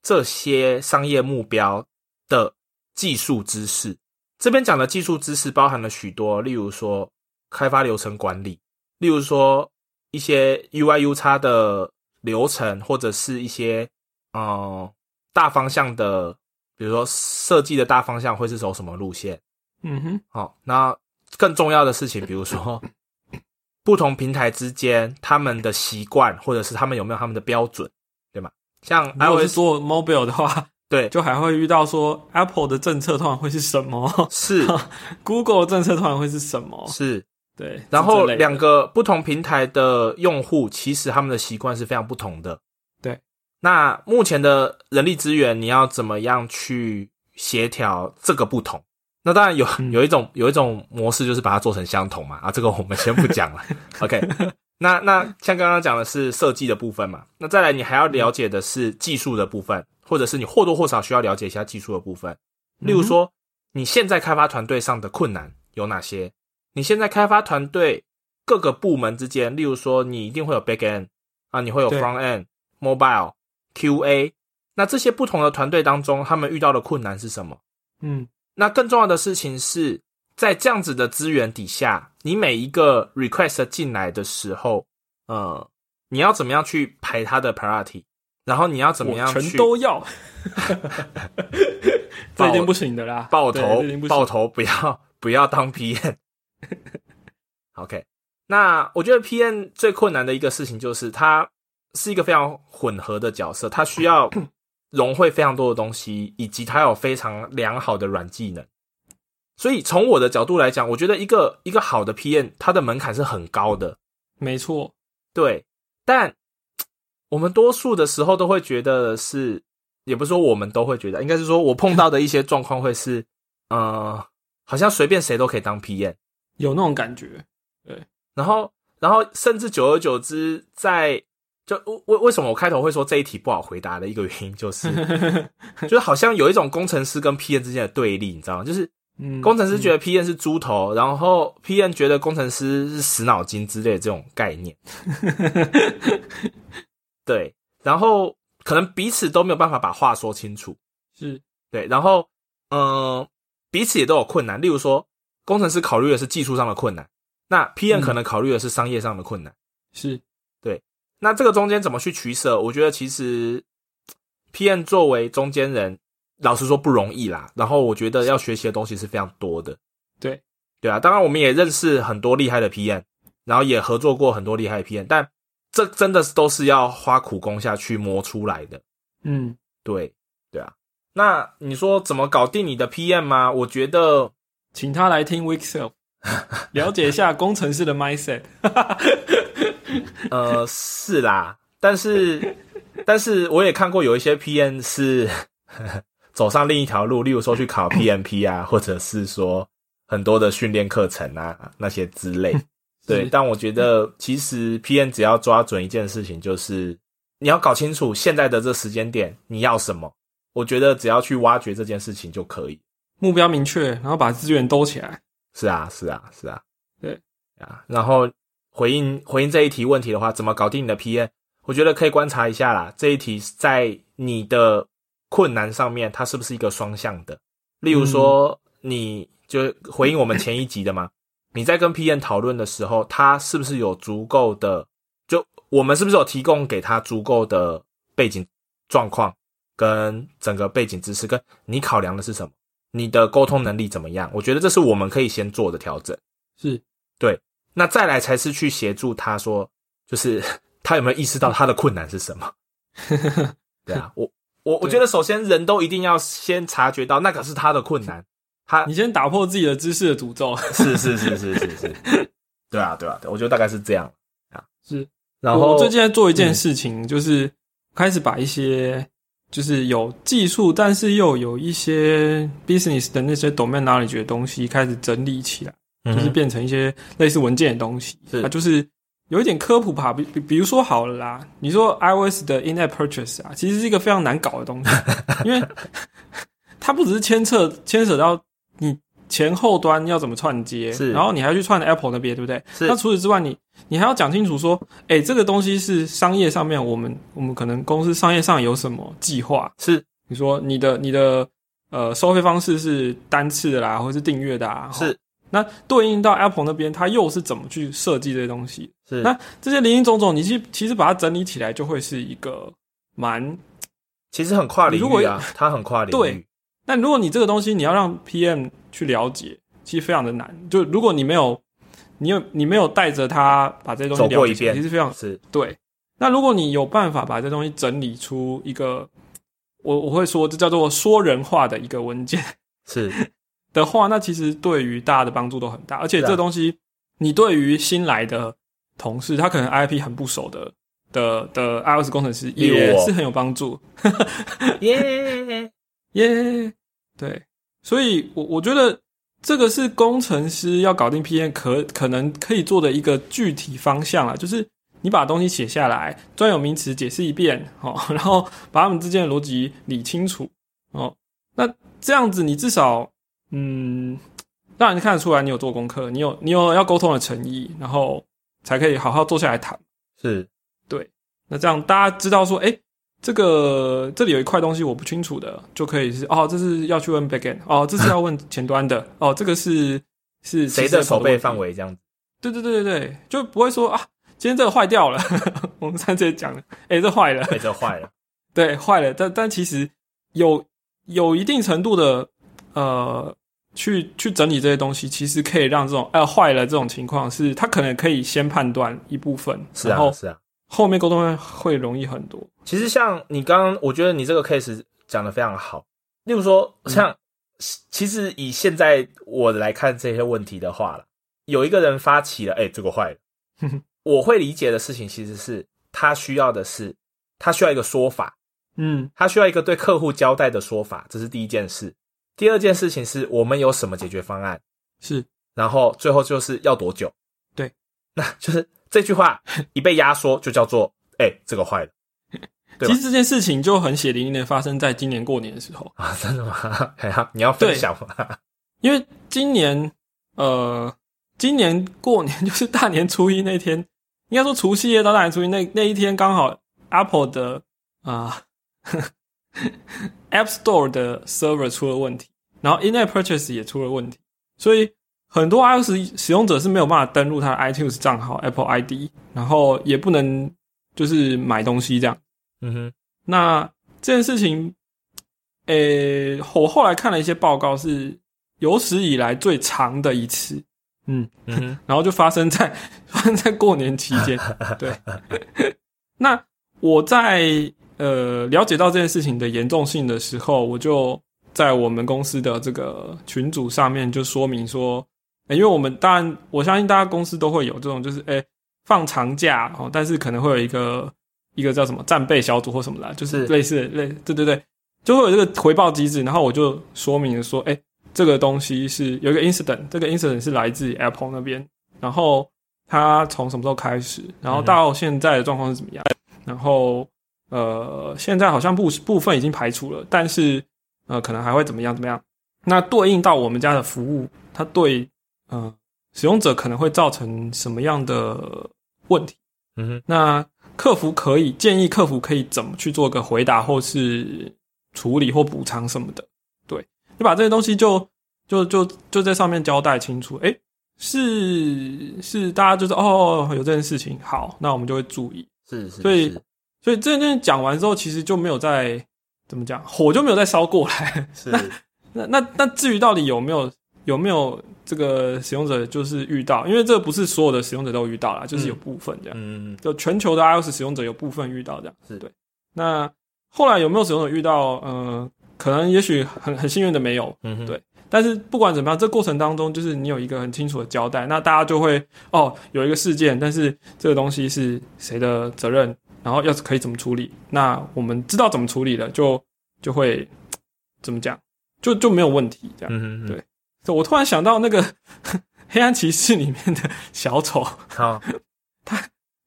Speaker 2: 这些商业目标的技术知识。这边讲的技术知识包含了许多，例如说开发流程管理，例如说一些 UI、U 叉的流程，或者是一些呃大方向的，比如说设计的大方向会是走什么路线。
Speaker 1: 嗯哼，
Speaker 2: 好、那更重要的事情，比如说不同平台之间他们的习惯，或者是他们有没有他们的标准，对吗？像
Speaker 1: 如果是
Speaker 2: iOS
Speaker 1: 做 mobile 的话，
Speaker 2: 对
Speaker 1: 就还会遇到说 Apple 的政策通常会是什么
Speaker 2: 是
Speaker 1: ，Google 的政策通常会是什么，
Speaker 2: 是，
Speaker 1: 对，
Speaker 2: 然
Speaker 1: 是
Speaker 2: 后
Speaker 1: 这类的
Speaker 2: 两个不同平台的用户，其实他们的习惯是非常不同的。
Speaker 1: 对，
Speaker 2: 那目前的人力资源，你要怎么样去协调这个不同？那当然有
Speaker 1: 嗯
Speaker 2: 有一种有一种模式就是把它做成相同嘛，啊，这个我们先不讲 了。OK，那那像刚刚讲的是设计的部分嘛，那再来你还
Speaker 1: 嗯
Speaker 2: 要了解的是技术的部分，或者是你或多或少需要了解一下技术的部分。
Speaker 1: 嗯
Speaker 2: 例如说，你现在开发团队上的困难有哪些？你现在开发团队各个部门之间，例如说，你一定会有 back end 啊，你会有
Speaker 1: 对
Speaker 2: front end、mobile、QA，那这些不同的团队当中，他们遇到的困难是什么？
Speaker 1: 嗯
Speaker 2: 那更重要的事情是在这样子的资源底下，你每一个 request 进来的时候，呃，你要怎么样去排它的 priority，然后你要怎么样
Speaker 1: 我
Speaker 2: 去
Speaker 1: 全都 要，这一定不行的啦，
Speaker 2: 爆
Speaker 1: 啊对
Speaker 2: 头
Speaker 1: 这一定不，行
Speaker 2: 爆头不要 不要当 PM。OK，那我觉得 PM 最困难的一个事情就是，它是一个非常混合的角色，它 需要融汇非常多的东西，以及它有非常良好的软技能。所以从我的角度来讲，我觉得一个一个好的 PM，它的门槛是很高的。
Speaker 1: 没错，
Speaker 2: 对，但我们多数的时候都会觉得是，也不是说我们都会觉得，应该是说我碰到的一些状况会是，呃，好像随便谁都可以当 PM，
Speaker 1: 有那种感觉，
Speaker 2: 然后，然后甚至久而久之在。就为为什么我开头会说这一题不好回答的一个原因，就是 就是好像有一种工程师跟 PM 之间的对立，你知道吗？就是
Speaker 1: 嗯，
Speaker 2: 工程师觉
Speaker 1: 得
Speaker 2: 得 PM 是猪头，然后 PM 觉得工程师是死脑筋之类的这种概念。
Speaker 1: 嗯
Speaker 2: 对，然后可能彼此都没有办法把话说清楚，
Speaker 1: 是
Speaker 2: 对，然后嗯、呃彼此也都有困难。例如说，工程师考虑的是技术上的困难，那 PM
Speaker 1: 嗯
Speaker 2: 可能考虑的是商业上的困难。
Speaker 1: 是，
Speaker 2: 那这个中间怎么去取舍？我觉得其实 PM 作为中间人，老实说不容易啦。然后我觉得要学习的东西是非常多的。
Speaker 1: 对，
Speaker 2: 对啊，当然我们也认识很多厉害的 PM，然后也合作过很多厉害的 PM，但这真的是都是要花苦功下去磨出来的。
Speaker 1: 嗯，
Speaker 2: 对，对啊。那你说怎么搞定你的 PM 吗？我觉得
Speaker 1: 请他来听 Week Self，了解一下工程师的 mindset，
Speaker 2: 呃是啦，但是但是我也看过有一些 PM 是 走上另一条路，例如说去考 PMP 啊，或者是说很多的训练课程啊那些之类。对，
Speaker 1: 是
Speaker 2: 但我觉得其实 PM 只要抓准一件事情，就是你要搞清楚现在的这时间点你要什么。我觉得只要去挖掘这件事情就可以。
Speaker 1: 目标明确，然后把资源兜起来，
Speaker 2: 是啊，是啊，是啊，
Speaker 1: 对
Speaker 2: 啊。然后回应回应这一题问题的话，怎么搞定你的 PM？我觉得可以观察一下啦。这一题在你的困难上面，它是不是一个双向的？例如说，你就回应我们前一集的嘛，你在跟 PM 讨论的时候，他是不是有足够的？就我们是不是有提供给他足够的背景状况跟整个背景知识，跟你考量的是什么？你的沟通能力怎么样？我觉得这是我们可以先做的调整。
Speaker 1: 是
Speaker 2: 那再来才是去协助他说，就是 他有没有意识到他的困难是什么？对啊， 我我我
Speaker 1: 对
Speaker 2: 觉得首先人都一定要先察觉到那个是他的困难， 他
Speaker 1: 你先打破自己的知识的诅咒，
Speaker 2: 是是是是是是，对啊对啊，对我觉得大概是这样啊。
Speaker 1: 是，
Speaker 2: 然
Speaker 1: 我
Speaker 2: 后
Speaker 1: 我最近在做一件事情，就是开始把一些就是有技术，但是又有一些 business 的那些 domain knowledge 的东西开始整理起来，
Speaker 2: 就
Speaker 1: 就是变成一些类似文件的东西。
Speaker 2: 是
Speaker 1: 它嗯就是有一点科普吧，比比比如说好了啦，你说 iOS 的 in-app purchase 啊，其实是一个非常难搞的东 西，因为它不只是牵扯牵扯到你前后端要怎么串接，
Speaker 2: 是
Speaker 1: 然后你还要去串 Apple 那边，对不对？
Speaker 2: 是
Speaker 1: 那除此之外，你你还要讲清楚说，哎、这个东西是商业上面我们我们可能公司商业上有什么计划？
Speaker 2: 是
Speaker 1: 你说你的你的呃收费方式是单次的啦，或是订阅的啊？齁
Speaker 2: 是
Speaker 1: 那对应到 Apple 那边，它又是怎么去设计这些东西？
Speaker 2: 是
Speaker 1: 那这些林林总总，你其其实把它整理起来，就会是一个蛮。
Speaker 2: 其实很跨领
Speaker 1: 你如果
Speaker 2: 域啊，他很跨领域
Speaker 1: 对，那如果你这个东西你要让 PM 去了解，其实非常的难。就如果你没有，你有你没有带着他把这些东西
Speaker 2: 走
Speaker 1: 了
Speaker 2: 过一
Speaker 1: 解起来，
Speaker 2: 遍
Speaker 1: 其实非常
Speaker 2: 是
Speaker 1: 对。那如果你有办法把这东西整理出一个，我我会说这叫做说人话的一个文件
Speaker 2: 是
Speaker 1: 的话，那其实对于大家的帮助都很大。而且
Speaker 2: 是啊
Speaker 1: 这东西，你对于新来的同事，他可能 IP 很不熟的的的 iOS 工程师，
Speaker 2: 例如
Speaker 1: 也
Speaker 2: 我
Speaker 1: 是很有帮助。
Speaker 2: 耶，
Speaker 1: 耶、对，所以我我觉得这个是工程师要搞定 PM 可可能可以做的一个具体方向啦，就是你把东西写下来，专有名词解释一遍哦， 然后把它们之间的逻辑理清楚哦。那这样子，你至少嗯，让人看得出来你有做功课，你有你有要沟通的诚意，然后才可以好好坐下来谈。
Speaker 2: 是
Speaker 1: 那这样大家知道说，哎、这个这里有一块东西我不清楚的，就可以是哦，这是要去问 backend，哦，这是要问前端 的，哦，这个是是
Speaker 2: 谁的手背范
Speaker 1: 围？
Speaker 2: 围这样子？
Speaker 1: 对对对对对，就不会说啊，今天这个坏掉了， 我们上次也讲了，哎、这坏了，
Speaker 2: 被这坏了，
Speaker 1: 对，坏了，但但其实有有一定程度的呃，去去整理这些东西，其实可以让这种呃坏了这种情况是，他可能可以先判断一部分，
Speaker 2: 是
Speaker 1: 然
Speaker 2: 啊
Speaker 1: 后
Speaker 2: 是啊。
Speaker 1: 后面沟通会会容易很多。
Speaker 2: 其实像你刚刚，我觉得你这个 case 讲的非常好。例如说，像、其实以现在我来看这些问题的话了，有一个人发起了，哎、这个坏了
Speaker 1: 哼哼。
Speaker 2: 我会理解的事情其实是他需要的是，他需要一个说法，
Speaker 1: 嗯
Speaker 2: 他需要一个对客户交代的说法，这是第一件事。第二件事情是我们有什么解决方案，
Speaker 1: 是
Speaker 2: 然后最后就是要多久。
Speaker 1: 对，
Speaker 2: 那就是这句话一被压缩就叫做，哎、这个坏了对
Speaker 1: 其
Speaker 2: 吧
Speaker 1: 实这件事情就很血淋淋的发生在今年过年的时候，
Speaker 2: 啊！ 真的吗？哎呀，你要分
Speaker 1: 对
Speaker 2: 享吗？
Speaker 1: 因为今年呃，今年过年就是大年初一那天，应该说除夕夜到大年初一那那一天，刚好 Apple 的啊、App Store 的 server 出了问题，然后 In-app purchase 也出了问题，所以很多 iOS 使用者是没有办法登录他的 iTunes 账号 Apple ID，然后也不能就是买东西这样。
Speaker 2: 嗯哼，
Speaker 1: 那这件事情，诶、我后来看了一些报告，是有史以来最长的一次。嗯，
Speaker 2: 嗯哼，
Speaker 1: 然后就发生在发生在过年期间。对，那我在呃了解到这件事情的严重性的时候，我就在我们公司的这个群组上面就说明说，诶因为我们当然我相信大家公司都会有这种，就是诶放长假哦，但是可能会有一个一个叫什么战备小组或什么啦，就是
Speaker 2: 是
Speaker 1: 类似类对对对，就会有这个回报机制。然后我就说明了说，诶这个东西是有一个 incident，这个 incident 是来自 Apple 那边，然后它从什么时候开始，然后到现在的状况是怎么样，然后呃，现在好像部部分已经排除了，但是呃，可能还会怎么样怎么样。那对应到我们家的服务，它对呃使用者可能会造成什么样的问题？
Speaker 2: 嗯哼，
Speaker 1: 那客服可以建议客服可以怎么去做个回答，或是处理或补偿什么的。对，你把这些东西就就就就在上面交代清楚。诶，是是，大家就是哦，有这件事情，好，那我们就会注意。
Speaker 2: 是是，
Speaker 1: 所以
Speaker 2: 是
Speaker 1: 所以这件事情讲完之后，其实就没有再怎么讲，火就没有再烧过来。
Speaker 2: 是
Speaker 1: 那那那至于到底有没有有没有这个使用者就是遇到，因为这不是所有的使用者都遇到啦，就是有部分这样。
Speaker 2: 嗯，
Speaker 1: 就全球的 iOS 使用者有部分遇到这样，
Speaker 2: 是
Speaker 1: 对。那后来有没有使用者遇到？呃，可能也许很很幸运的没有，
Speaker 2: 嗯哼，
Speaker 1: 对但是不管怎么样，这过程当中就是你有一个很清楚的交代，那大家就会哦有一个事件，但是这个东西是谁的责任，然后要是可以怎么处理，那我们知道怎么处理了，就就会怎么讲，就就没有问题这样。
Speaker 2: 嗯哼，嗯哼
Speaker 1: 啊对所以我突然想到那个 《黑暗骑士》里面的小丑，
Speaker 2: 好，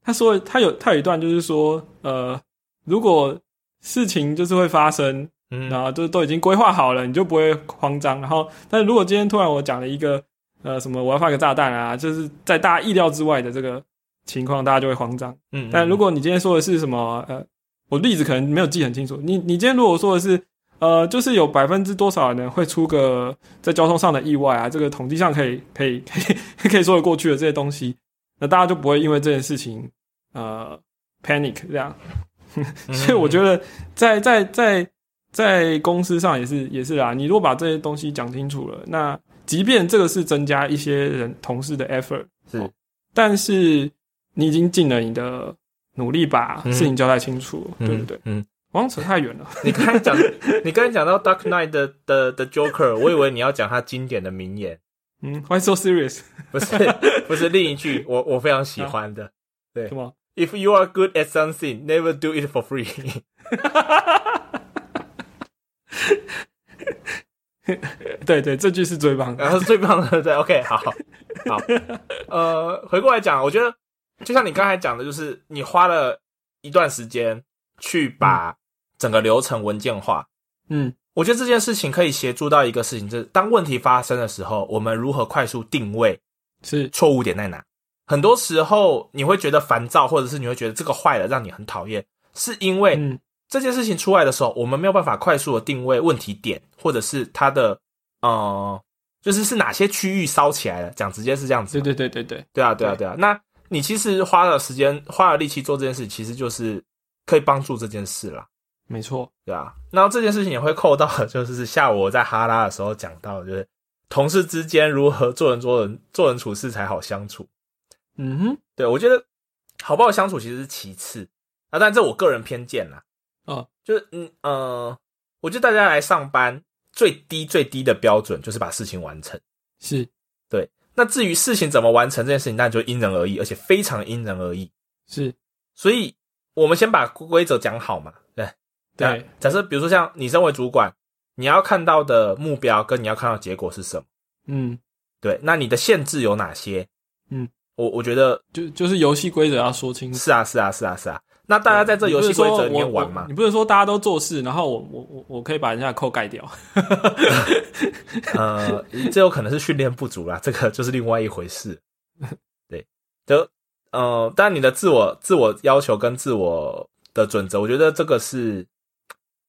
Speaker 1: 他说他有他有一段就是说，呃，如果事情就是会发生，
Speaker 2: 嗯
Speaker 1: 然后就都已经规划好了，你就不会慌张。然后，但是如果今天突然我讲了一个呃什么我要放个炸弹啊，就是在大家意料之外的这个情况，大家就会慌张。
Speaker 2: 嗯，
Speaker 1: 但如果你今天说的是什么呃，我例子可能没有记很清楚，你你今天如果说的是。呃，就是有百分之多少人会出个在交通上的意外啊？这个统计上可以可以 可以可以说得过去的这些东西，那大家就不会因为这件事情呃 panic 这样。
Speaker 2: 嗯
Speaker 1: 所以我觉，得在在在在公司上也是也是啊啦，你如果把这些东西讲清楚了，那即便这个是增加一些人同事的 effort，
Speaker 2: 是
Speaker 1: 哦但是你已经尽了你的努力把
Speaker 2: 嗯
Speaker 1: 事情交代清楚，
Speaker 2: 嗯
Speaker 1: 对不对？？
Speaker 2: 嗯，
Speaker 1: 我好像扯太远了，
Speaker 2: 你刚才讲，你刚才讲到 Dark Knight 的的的 Joker，我以为你要讲他经典的名言，
Speaker 1: 嗯，Why so serious？
Speaker 2: 不是 不是另一句，我我非常喜欢
Speaker 1: 啊
Speaker 2: 的
Speaker 1: 什么？
Speaker 2: ，If you are good at something, never do it for free。
Speaker 1: 对对，这句是最棒的。
Speaker 2: 然后是最棒的，对，OK，好， 好，呃，回过来讲，我觉得就像你刚才讲的，就是你花了一段时间去把整个流程文件化。
Speaker 1: 嗯
Speaker 2: 我觉得这件事情可以协助到一个事情，就是当问题发生的时候，我们如何快速定位
Speaker 1: 是
Speaker 2: 错误点在哪。很多时候你会觉得烦躁，或者是你会觉得这个坏了让你很讨厌，是因为
Speaker 1: 嗯
Speaker 2: 这件事情出来的时候，我们没有办法快速的定位问题点，或者是它的呃，就是是哪些区域烧起来了。讲直接是这样子
Speaker 1: 对
Speaker 2: 嘛，
Speaker 1: 对对对对，
Speaker 2: 对啊，对啊，
Speaker 1: 对
Speaker 2: 对啊。那你其实花了时间、花了力气做这件事，其实就是可以帮助这件事啦，
Speaker 1: 没错。
Speaker 2: 对啊。然后这件事情也会扣到，就是下午我在哈拉的时候讲到，就是同事之间如何做人做人、做人处事才好相处。
Speaker 1: 嗯哼，
Speaker 2: 对，我觉得好不好相处其实是其次啊，但这我个人偏见啦。
Speaker 1: 哦，
Speaker 2: 就是嗯呃，我觉得大家来上班最低最低的标准就是把事情完成。
Speaker 1: 是
Speaker 2: 那至于事情怎么完成这件事情，那就因人而异，而且非常因人而异。
Speaker 1: 是，
Speaker 2: 所以我们先把规则讲好嘛，对。那
Speaker 1: 对，
Speaker 2: 假设比如说像你身为主管，你要看到的目标跟你要看到的结果是什么？
Speaker 1: 嗯，
Speaker 2: 对，那你的限制有哪些？
Speaker 1: 嗯，
Speaker 2: 我我觉得
Speaker 1: 就就是游戏规则要说清楚。
Speaker 2: 是啊，是啊，是啊，是啊。那大家在这游戏规则里面玩嘛
Speaker 1: 你不能说我我？你不能说大家都做事，然后我我我我可以把人家的扣盖掉。
Speaker 2: 呃，这有可能是训练不足啦，这个就是另外一回事。对，就呃，但你的自我自我要求跟自我的准则，我觉得这个是，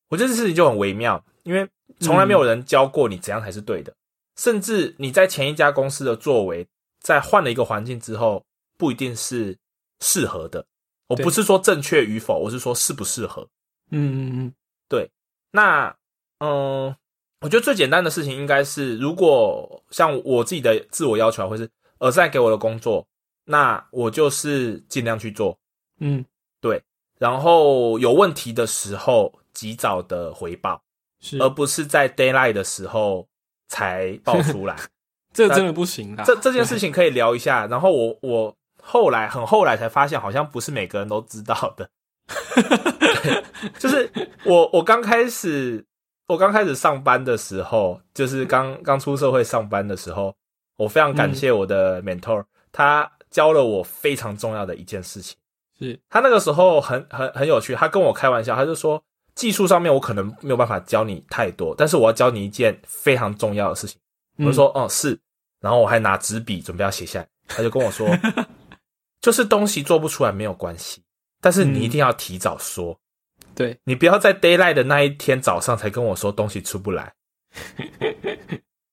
Speaker 2: 我觉得这事情就很微妙，因为从来没有人教过你怎样才是对的，甚至你在前一家公司的作为，在换了一个环境之后，不一定是适合的。我
Speaker 1: 对
Speaker 2: 不是说正确与否，我是说适不适合。
Speaker 1: 嗯嗯
Speaker 2: 那嗯，我觉得最简单的事情应该是，如果像我自己的自我要求，啊会是尔赛给我的工作，那我就是尽量去做，
Speaker 1: 嗯嗯，
Speaker 2: 然后有问题的时候及早的回报，
Speaker 1: 是，
Speaker 2: 而不是在 d a y l i g h t 的时候才爆出来。
Speaker 1: 这真的不行啦。
Speaker 2: 这这件事情可以聊一下。然后我我后来很后来才发现，好像不是每个人都知道的。对就是我我刚开始我刚开始上班的时候，就是刚刚出社会上班的时候，我非常感谢我的 mentor，、他教了我非常重要的一件事情。
Speaker 1: 是，
Speaker 2: 他那个时候很很很有趣，他跟我开玩笑，他就说技术上面我可能没有办法教你太多，但是我要教你一件非常重要的事情。
Speaker 1: 嗯
Speaker 2: 我就说哦是，然后我还拿纸笔准备要写下来，他就跟 我说，就是东西做不出来没有关系，但是你一定要提早说，
Speaker 1: 嗯对，
Speaker 2: 你不要在 d a y l i g h t 的那一天早上才跟我说东西出不来。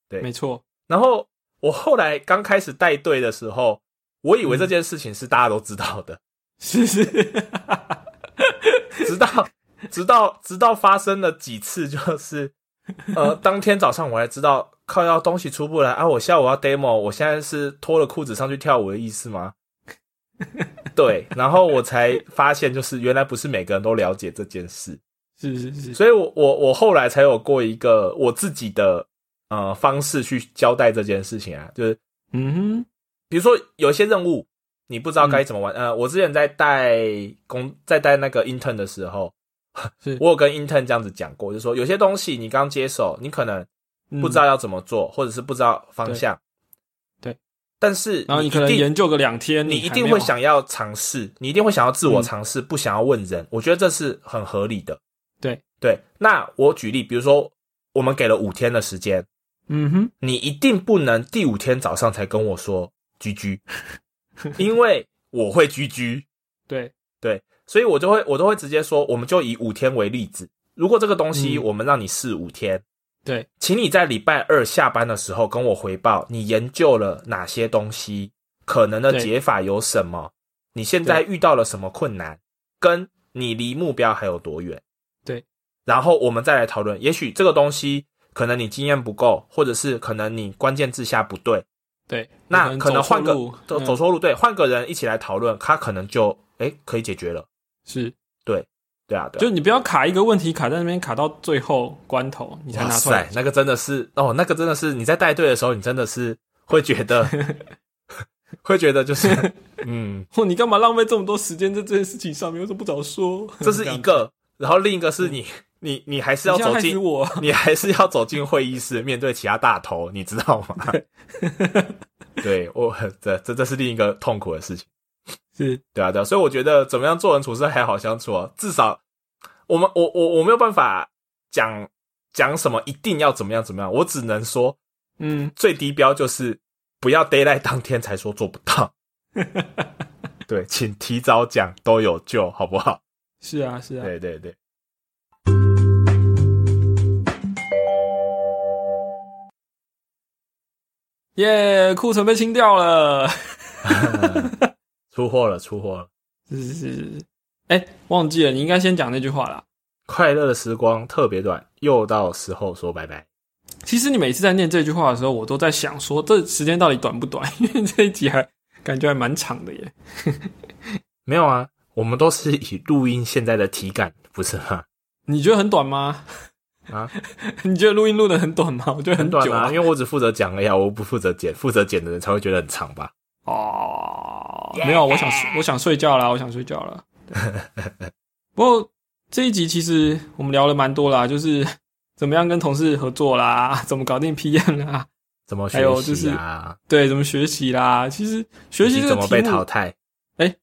Speaker 2: 对
Speaker 1: 嗯没错，
Speaker 2: 然后我后来刚开始带队的时候，我以
Speaker 1: 嗯
Speaker 2: 为这件事情是大家都知道的，
Speaker 1: 是是，
Speaker 2: 直到 直到直到发生了几次，就是呃，当天早上我才知道靠要东西出不来啊，我下午要 demo，我现在是脱了裤子上去跳舞的意思吗？对，然后我才发现，就是原来不是每个人都了解这件事，
Speaker 1: 是是是，
Speaker 2: 所以我我我后来才有过一个我自己的呃方式去交代这件事情啊，就是
Speaker 1: 嗯哼，
Speaker 2: 比如说有一些任务你不知道
Speaker 1: 嗯
Speaker 2: 该怎么玩，呃，我之前在带工在带那个 intern 的时候
Speaker 1: 是，
Speaker 2: 我有跟 intern 这样子讲过，就是说有些东西你刚接手，你可能
Speaker 1: 嗯
Speaker 2: 不知道，要怎么做，或者是不知道方向，
Speaker 1: 对对
Speaker 2: 但是
Speaker 1: 然后
Speaker 2: 你
Speaker 1: 你
Speaker 2: 一
Speaker 1: 可能
Speaker 2: 定
Speaker 1: 研究个两天，
Speaker 2: 你
Speaker 1: 你
Speaker 2: 一
Speaker 1: 还
Speaker 2: 定
Speaker 1: 没有
Speaker 2: 会，想要尝试，你一定会想要自我
Speaker 1: 嗯
Speaker 2: 尝试，不想要问人。我觉得这是很合理的。
Speaker 1: 对
Speaker 2: 对，那我举例，比如说我们给了五天的时间，
Speaker 1: 嗯哼，
Speaker 2: 你一定不能第五天早上才跟我说居居，因为我会居居，
Speaker 1: 对，
Speaker 2: 对，所以我就会我都会直接说，我们就以五天为例子。如果这个东西
Speaker 1: 嗯
Speaker 2: 我们让你试五天，
Speaker 1: 对，
Speaker 2: 请你在礼拜二下班的时候跟我回报，你研究了哪些东西，可能的
Speaker 1: 对
Speaker 2: 解法有什么，你现在遇到了什么困难，跟你离目标还有多远。
Speaker 1: 对，
Speaker 2: 然后我们再来讨论。也许这个东西可能你经验不够，或者是可能你关键字下不对，
Speaker 1: 对，
Speaker 2: 那
Speaker 1: 有
Speaker 2: 可能
Speaker 1: 走错
Speaker 2: 换个
Speaker 1: 路
Speaker 2: 走
Speaker 1: 嗯
Speaker 2: 走错路，对，换个人一起来讨论，他可能就诶可以解决了。
Speaker 1: 是，
Speaker 2: 对啊，对啊
Speaker 1: 就你不要卡一个问题，卡在那边卡到最后关头，你才
Speaker 2: 哇
Speaker 1: 拿出
Speaker 2: 塞
Speaker 1: 来，，
Speaker 2: 那个真的是哦，那个真的是你在带队的时候，你真的是会觉得， 会觉得 就是，嗯，
Speaker 1: 哦，你干嘛浪费这么多时间在这件事情上面？为什么不早说？嗯
Speaker 2: 这是一个，然后另一个是你你你还是 要
Speaker 1: 你现
Speaker 2: 走
Speaker 1: 在害
Speaker 2: 进
Speaker 1: 死我，
Speaker 2: 你还是要走进会议室，面对其他大头，你知道 吗？对我很这这这是另一个痛苦的事情。
Speaker 1: 是
Speaker 2: 对啊，对啊，所以我觉得怎么样做人处事还好相处啊，至少我们我我我没有办法讲讲什么一定要怎么样怎么样，我只能说
Speaker 1: 嗯，
Speaker 2: 最低标就是不要 d a y l i g h t 当天才说做不到。 对，请提早讲都有救，好不好？
Speaker 1: 是啊，是啊，
Speaker 2: 对对对，
Speaker 1: 耶，库存被清掉了，
Speaker 2: 出货了，出货了！
Speaker 1: 是是是是，哎、忘记了，你应该先讲那句话啦。
Speaker 2: 快乐的时光特别短，又到时候说拜拜。
Speaker 1: 其实你每次在念这句话的时候，我都在想说，这时间到底短不短？ 因为这一集还感觉还蛮长的耶。
Speaker 2: 没有啊，我们都是以录音现在的体感，不是吗？
Speaker 1: 你觉得很短吗？
Speaker 2: 啊，
Speaker 1: 你觉得录音录的很短吗？我觉得
Speaker 2: 很短
Speaker 1: 久
Speaker 2: 啊，因为我只负责讲而已、啊，我不负责剪，负责剪的人才会觉得很长吧。
Speaker 1: 哦，没有，我想睡我想睡觉啦，我想睡觉了。不过这一集其实我们聊了蛮多啦，就是怎么样跟同事合作啦， 怎么搞定 PM 啊，
Speaker 2: 怎么学
Speaker 1: 还有就
Speaker 2: 习
Speaker 1: 是
Speaker 2: 啊？
Speaker 1: 对，怎么学习啦。其实学习
Speaker 2: 以及
Speaker 1: 这
Speaker 2: 怎
Speaker 1: 个
Speaker 2: 么被
Speaker 1: 题
Speaker 2: 淘
Speaker 1: 目，
Speaker 2: 汰？
Speaker 1: 哎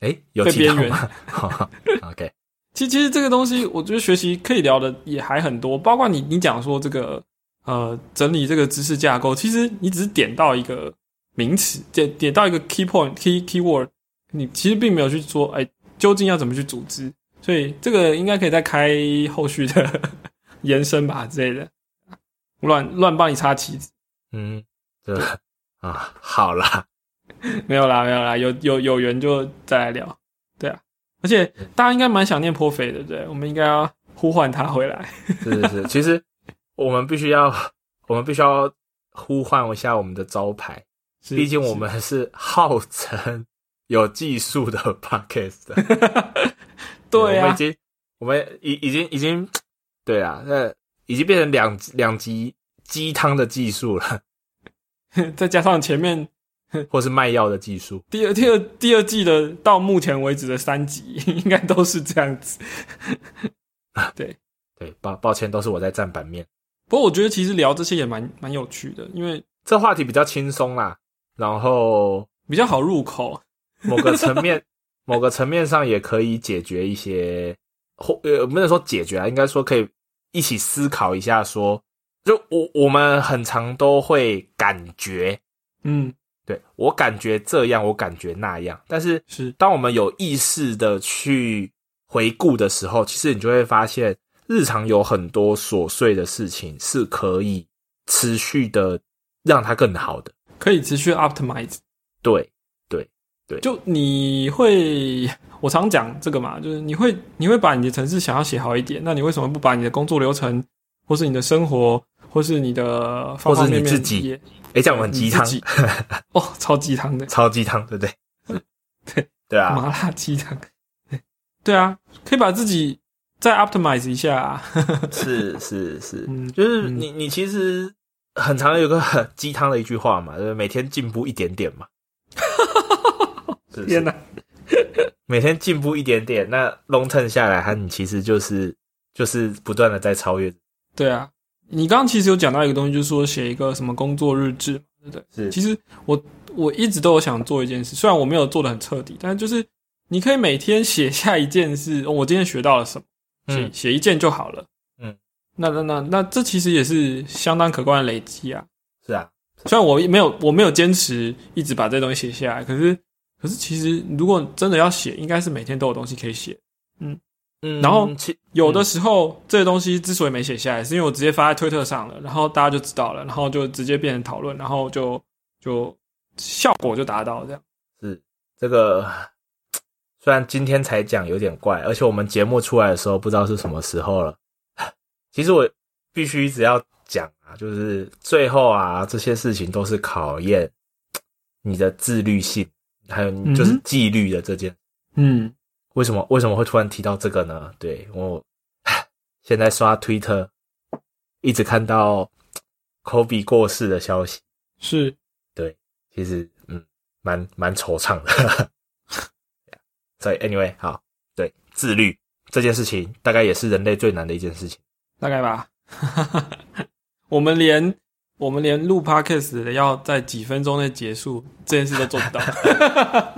Speaker 2: 哎，有
Speaker 1: 被
Speaker 2: 提到
Speaker 1: 边缘
Speaker 2: 吗 好？OK，
Speaker 1: 其其实这个东西，我觉得学习可以聊的也还很多，包括你你讲说这个呃整理这个知识架构，其实你只是点到一个名词，点点到一个 key point key keyword，你其实并没有去说哎、究竟要怎么去组织，所以这个应该可以再开后续的 延伸吧之类的，乱乱帮你插旗子，
Speaker 2: 嗯，这啊，好啦，
Speaker 1: 没有啦没有啦，有有有缘就再来聊，对啊，而且大家应该蛮想念颇肥的，对不对？我们应该要呼唤他回来。
Speaker 2: 是是是，其实我们必须要，我们必须要呼唤一下我们的招牌，
Speaker 1: 是
Speaker 2: 毕竟我
Speaker 1: 是
Speaker 2: 们是号称有技术的 podcast，
Speaker 1: 对
Speaker 2: 我们
Speaker 1: 啊
Speaker 2: 已，经，我们已已经已经，对啊，那已经变成两两级鸡汤的技术了，
Speaker 1: 再加上前面
Speaker 2: 或是卖药的技术。
Speaker 1: 第二、第二、第二季的到目前为止的三集， 应该都是这样子。
Speaker 2: 对，抱抱歉，都是我在占版面。
Speaker 1: 不过我觉得其实聊这些也蛮蛮有趣的，因为
Speaker 2: 这话题比较轻松啦，然后
Speaker 1: 比较好入口。
Speaker 2: 某个层面，某个层面上也可以解决一些，或呃，不能说解决啊，应该说可以一起思考一下说，就我我们很常都会感觉，
Speaker 1: 嗯，
Speaker 2: 对我感觉这样，我感觉那样，但是
Speaker 1: 是
Speaker 2: 当我们有意识的去回顾的时候，其实你就会发现，日常有很多琐碎的事情是可以持续的让它更好的。
Speaker 1: 可以持续 optimize。
Speaker 2: 对，
Speaker 1: 就你会，我常讲这个嘛，就是你会你会把你的城市想要写好一点，那你为什么不把你的工作流程，或是你的生活，或是你的方方面
Speaker 2: 或是你自
Speaker 1: 面
Speaker 2: 己
Speaker 1: 也
Speaker 2: 诶，哎这样我很
Speaker 1: 你
Speaker 2: 鸡
Speaker 1: 自
Speaker 2: 汤，
Speaker 1: 己哦，超鸡汤的。
Speaker 2: 超鸡汤，对不对？
Speaker 1: 对
Speaker 2: 对啊，
Speaker 1: 麻辣鸡汤。对啊，可以把自己再 optimize 一下、啊。
Speaker 2: 是是是
Speaker 1: 嗯，
Speaker 2: 就是
Speaker 1: 嗯
Speaker 2: 你你其实很常有个很鸡汤的一句话嘛，就是每天进步一点点 嘛。是
Speaker 1: 天哪、
Speaker 2: 每天进步一点点，那 long term 下来，它你其实就是就是不断的在超越。
Speaker 1: 对啊，你刚刚其实有讲到一个东西，就是说写一个什么工作日志嘛，对不对？
Speaker 2: 是
Speaker 1: 其实我我一直都有想做一件事，虽然我没有做的很彻底，但就是你可以每天写下一件事，哦我今天学到了什么，写
Speaker 2: 嗯，
Speaker 1: 写、一件就好了。
Speaker 2: 嗯，
Speaker 1: 那那那那这其实也是相当可观的累积啊。
Speaker 2: 是啊，
Speaker 1: 虽然我没有我没有坚持一直把这东西写下来，可是可是其实如果真的要写，应该是每天都有东西可以写。
Speaker 2: 嗯
Speaker 1: 然后
Speaker 2: 其
Speaker 1: 有的时候、这些东西之所以没写下来，是因为我直接发在推特上了，然后大家就知道了，然后就直接变成讨论，然后就就效果就达到这样。
Speaker 2: 是这个，虽然今天才讲有点怪，而且我们节目出来的时候不知道是什么时候了。 其实我必须一直要讲啊，就是最后啊，这些事情都是考验你的自律性，还有你就是
Speaker 1: 嗯哼
Speaker 2: 纪律的这件。
Speaker 1: 嗯，
Speaker 2: 为什么为什么会突然提到这个呢？对我 现在刷 Twitter，一直看到 Kobe 过世的消息，
Speaker 1: 是
Speaker 2: 其实嗯， 蛮蛮惆怅的。所以 anyway，好，对自律这件事情大概也是人类最难的一件事情。
Speaker 1: 大概吧。 我们连我们连录 podcast 的要在几分钟内结束这件事都做不到。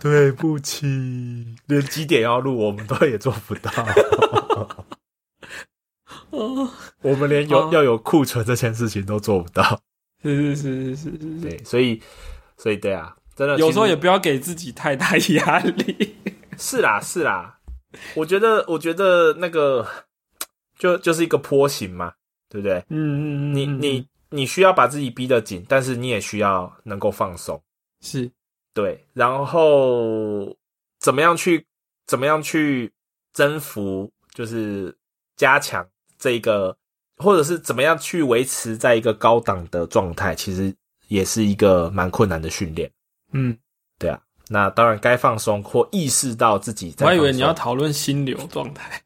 Speaker 2: 对不起，连几点要录我们都也做不到。
Speaker 1: 哦，
Speaker 2: 我们连有、
Speaker 1: 哦
Speaker 2: 要有库存这件事情都做不到。
Speaker 1: 是是是是是是，
Speaker 2: 对，所以所以对啊，真的
Speaker 1: 嗯有时候
Speaker 2: 其实
Speaker 1: 也不要给自己太大压力。
Speaker 2: 是啦是啦。我觉得我觉得那个就就是一个坡形嘛，对不对？
Speaker 1: 嗯嗯嗯，
Speaker 2: 你
Speaker 1: 嗯
Speaker 2: 你你需要把自己逼得紧，但是你也需要能够放松。
Speaker 1: 是
Speaker 2: 对，然后怎么样去怎么样去征服，就是加强这一个，或者是怎么样去维持在一个高档的状态，其实也是一个蛮困难的训练。
Speaker 1: 嗯，
Speaker 2: 对啊，那当然该放松或意识到自己在
Speaker 1: 我
Speaker 2: 放
Speaker 1: 还
Speaker 2: 松。
Speaker 1: 以为你要讨论心流状态。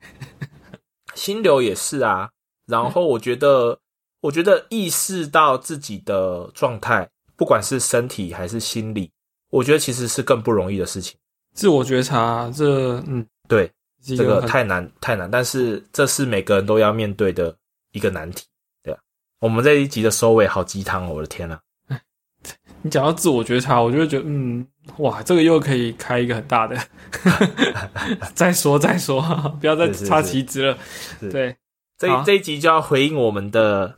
Speaker 2: 心流也是啊，然后我觉得，我觉得意识到自己的状态，不管是身体还是心理，我觉得其实是更不容易的事情。
Speaker 1: 自我觉察，这嗯，
Speaker 2: 对，
Speaker 1: 是一
Speaker 2: 这个
Speaker 1: 很
Speaker 2: 太难太难，但是这是每个人都要面对的一个难题，对啊。我们这一集的收尾好鸡汤哦，我的天呐、
Speaker 1: 你讲到自我觉察，我就会觉得，嗯，哇，这个又可以开一个很大 的。 再说再说，不要再
Speaker 2: 是是
Speaker 1: 插
Speaker 2: 是
Speaker 1: 旗子了。
Speaker 2: 是
Speaker 1: 对，
Speaker 2: 这
Speaker 1: 好
Speaker 2: 一这一集就要回应我们的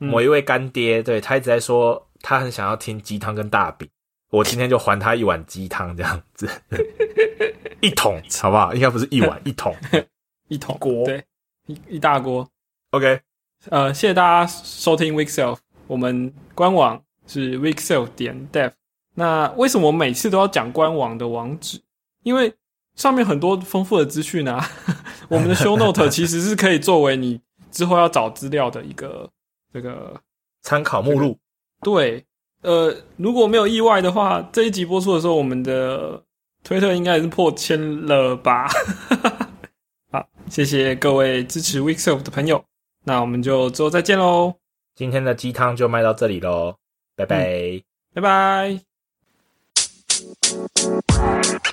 Speaker 1: 嗯
Speaker 2: 某一位干爹，对他一直在说他很想要听鸡汤跟大饼，我今天就还他一碗鸡汤这样子， 一桶好不好？应该不是一碗，一桶。
Speaker 1: 一桶
Speaker 2: 锅
Speaker 1: 对，一一大锅。
Speaker 2: OK，
Speaker 1: 呃，谢谢大家收听 Weekself，我们官网是 weekself 点 dev。那为什么我每次都要讲官网的网址？因为上面很多丰富的资讯啊， 我们的 show note 其实是可以作为你之后要找资料的一个这个
Speaker 2: 参考目录
Speaker 1: 对，呃，如果没有意外的话，这一集播出的时候，我们的推特应该也是破千了吧？ 好，谢谢各位支持 Weekself 的朋友，那我们就之后再见喽，
Speaker 2: 今天的鸡汤就卖到这里喽，拜拜。
Speaker 1: 拜拜。
Speaker 4: Thank